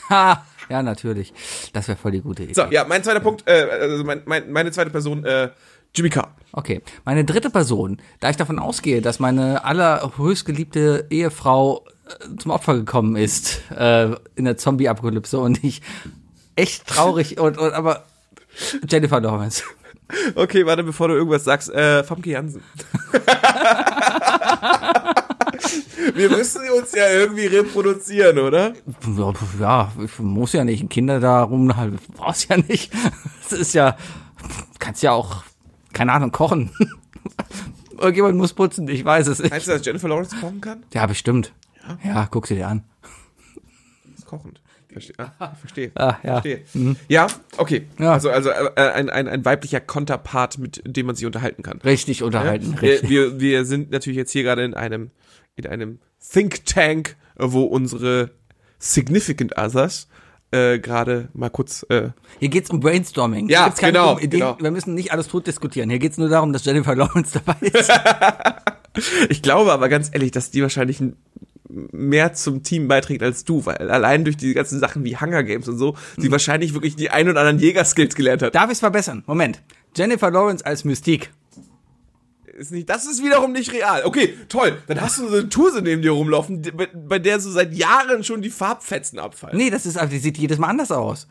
Ha! Ja, natürlich. Das wäre voll die gute Idee. So, ja, mein zweiter Punkt, äh, also mein, mein, meine zweite Person, äh, Jimmy Carr. Okay, meine dritte Person, da ich davon ausgehe, dass meine allerhöchst geliebte Ehefrau äh, zum Opfer gekommen ist äh, in der Zombie-Apokalypse und ich echt traurig und, und aber Jennifer Lawrence. Okay, warte, bevor du irgendwas sagst, äh, Famke Jansen. Wir müssen uns ja irgendwie reproduzieren, oder? Ja, pf, Ja, ich muss ja nicht. Kinder da rum, halt, brauchst ja nicht. Das ist ja, kannst ja auch, keine Ahnung, kochen. Irgendjemand muss putzen, ich weiß es nicht. Meinst du, dass Jennifer Lawrence kochen kann? Ja, bestimmt. Ja, guck sie dir an. Die Ist kochend. Verstehe. Ah, verstehe. Ah, ja. verstehe. Ja, okay. Ja. Also, also äh, ein, ein, ein weiblicher Konterpart, mit dem man sich unterhalten kann. Richtig unterhalten, Ja? richtig. Wir, wir, wir sind natürlich jetzt hier gerade in einem, in einem Think Tank, äh, wo unsere Significant Others äh, gerade mal kurz äh, Hier geht's um Brainstorming. Hier Ja, gibt's keine genau, dummen Ideen. genau. Wir müssen nicht alles tot diskutieren. Hier geht's nur darum, dass Jennifer Lawrence dabei ist. Ich glaube aber ganz ehrlich, dass die wahrscheinlich n- mehr zum Team beiträgt als du, weil allein durch die ganzen Sachen wie Hunger Games und so, Mhm. sie wahrscheinlich wirklich die ein oder anderen Jägerskills gelernt hat. Darf ich es verbessern? Moment. Jennifer Lawrence als Mystique. Ist nicht, das ist wiederum nicht real. Okay, toll. Dann hast du so eine Tuse neben dir rumlaufen, die- bei- bei der so seit Jahren schon die Farbfetzen abfallen. Nee, das ist, die sieht jedes Mal anders aus.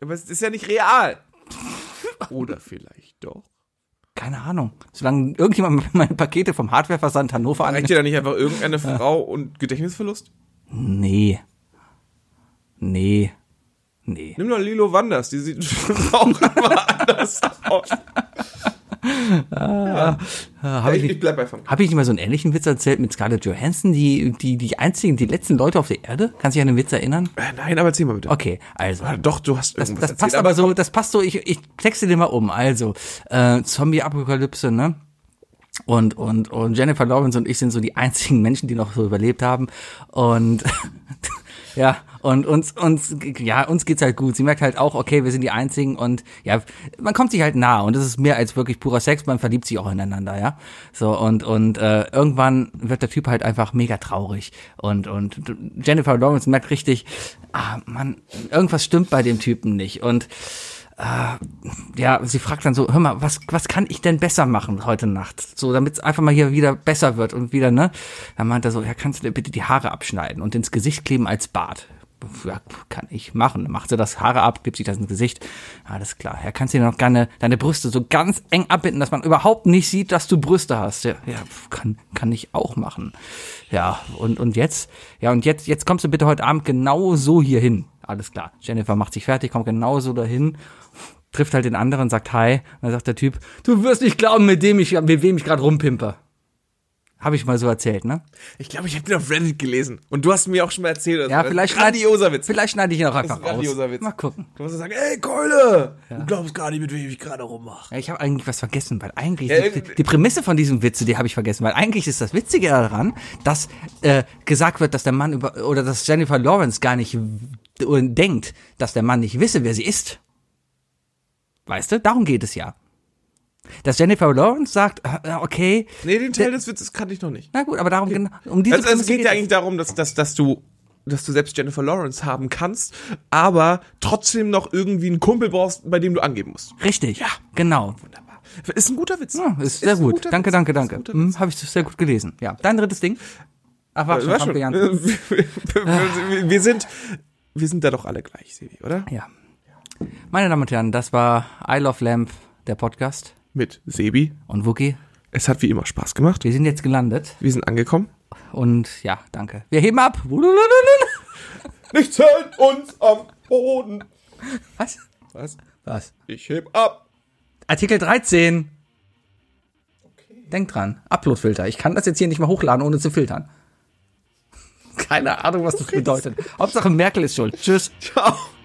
Aber es ist ja nicht real. Oder vielleicht doch. Keine Ahnung. Solange irgendjemand meine Pakete vom Hardwareversand Hannover an. Reicht dir da nicht einfach irgendeine Frau und Gedächtnisverlust? Nee. Nee. Nee. Nimm doch Lilo Wanders, die sieht auch einmal anders aus. Habe ich, Ich, nicht- ich bleib bei Fun. hab ich nicht mal so einen ähnlichen Witz erzählt mit Scarlett Johansson? Die, die, die einzigen, die letzten Leute auf der Erde? Kannst du dich an den Witz erinnern? Äh, Nein, aber erzähl mal bitte. Okay, also. Ah, Doch, du hast Das, irgendwas das passt erzählt, aber so, das passt so, ich, ich texte den mal um. Also, äh, Zombie-Apokalypse, ne? Und, und, und Jennifer Lawrence und ich sind so die einzigen Menschen, die noch so überlebt haben. Und ja, und uns, uns, ja, uns geht's halt gut. Sie merkt halt auch, okay, wir sind die einzigen und ja, man kommt sich halt nah und das ist mehr als wirklich purer Sex, man verliebt sich auch ineinander, ja. So, und, und äh, irgendwann wird der Typ halt einfach mega traurig. Und, und Jennifer Lawrence merkt richtig, ah, Mann, irgendwas stimmt bei dem Typen nicht. Und ja, sie fragt dann so, hör mal, was, was kann ich denn besser machen heute Nacht? So, damit es einfach mal hier wieder besser wird und wieder, ne? Dann meint er so, ja, kannst du dir bitte die Haare abschneiden und ins Gesicht kleben als Bart? Ja, kann ich machen. Dann macht sie das Haare ab, klebt sich das ins Gesicht. Alles klar. Ja, kannst du dir noch gerne deine Brüste so ganz eng abbinden, dass man überhaupt nicht sieht, dass du Brüste hast. Ja, ja kann, kann ich auch machen. Ja, und, und jetzt? Ja, und jetzt, jetzt kommst du bitte heute Abend genau so hier hin. Alles klar. Jennifer macht sich fertig, kommt genau so dahin trifft halt den anderen, sagt Hi, und dann sagt der Typ, du wirst nicht glauben, mit dem ich, mit wem ich gerade rumpimper. Habe ich mal so erzählt, ne? Ich glaube, ich habe den auf Reddit gelesen. Und du hast mir auch schon mal erzählt. dass- Ja, vielleicht Äh, Grandioser schneid- Witz. Vielleicht schneide ich ihn auch Das einfach ist ein grandioser aus. Witz. Mal gucken. Du musst so sagen, ey, Keule! Du glaubst gar nicht, mit wem ich gerade rummache. Ja, ich habe eigentlich was vergessen, weil eigentlich Ja, die, irgendwie- die Prämisse von diesem Witze, die habe ich vergessen, weil eigentlich ist das Witzige daran, dass äh, gesagt wird, dass der Mann über oder dass Jennifer Lawrence gar nicht w- oder denkt, dass der Mann nicht wisse, wer sie ist. Weißt du? Darum geht es ja. Dass Jennifer Lawrence sagt, äh, okay, Nee, den Teil des Witzes kannte ich noch nicht. na gut, aber darum genau um diese Also, es Prämisse geht ja es. eigentlich darum, dass, dass, dass du dass du selbst Jennifer Lawrence haben kannst, aber trotzdem noch irgendwie einen Kumpel brauchst, bei dem du angeben musst. Richtig, ja. genau. Wunderbar. Ist ein guter Witz. Ja, ist, sehr ein gut. guter Danke, Witz. danke, Ist ein danke. guter Witz. Äh, Hm, Habe ich sehr gut gelesen. Ja, dein drittes Ding. Ach, war schon, War Frank schon. Ähm. Bejan. Wir wir sind, wir sind da doch alle gleich, Sebi, oder? Ja. Meine Damen und Herren, das war I Love Lamp, der Podcast. Mit Sebi. Und Wookie, Es hat wie immer Spaß gemacht. wir sind jetzt gelandet. Wir sind angekommen. Und ja, danke. Wir heben ab. Nichts hält uns am Boden. Was? Was? Was? Ich heb ab. Artikel 13. Denk dran. Uploadfilter. Ich kann das jetzt hier nicht mal hochladen, ohne zu filtern. Keine Ahnung, was das bedeutet. Hauptsache Merkel ist schuld. Tschüss. Ciao.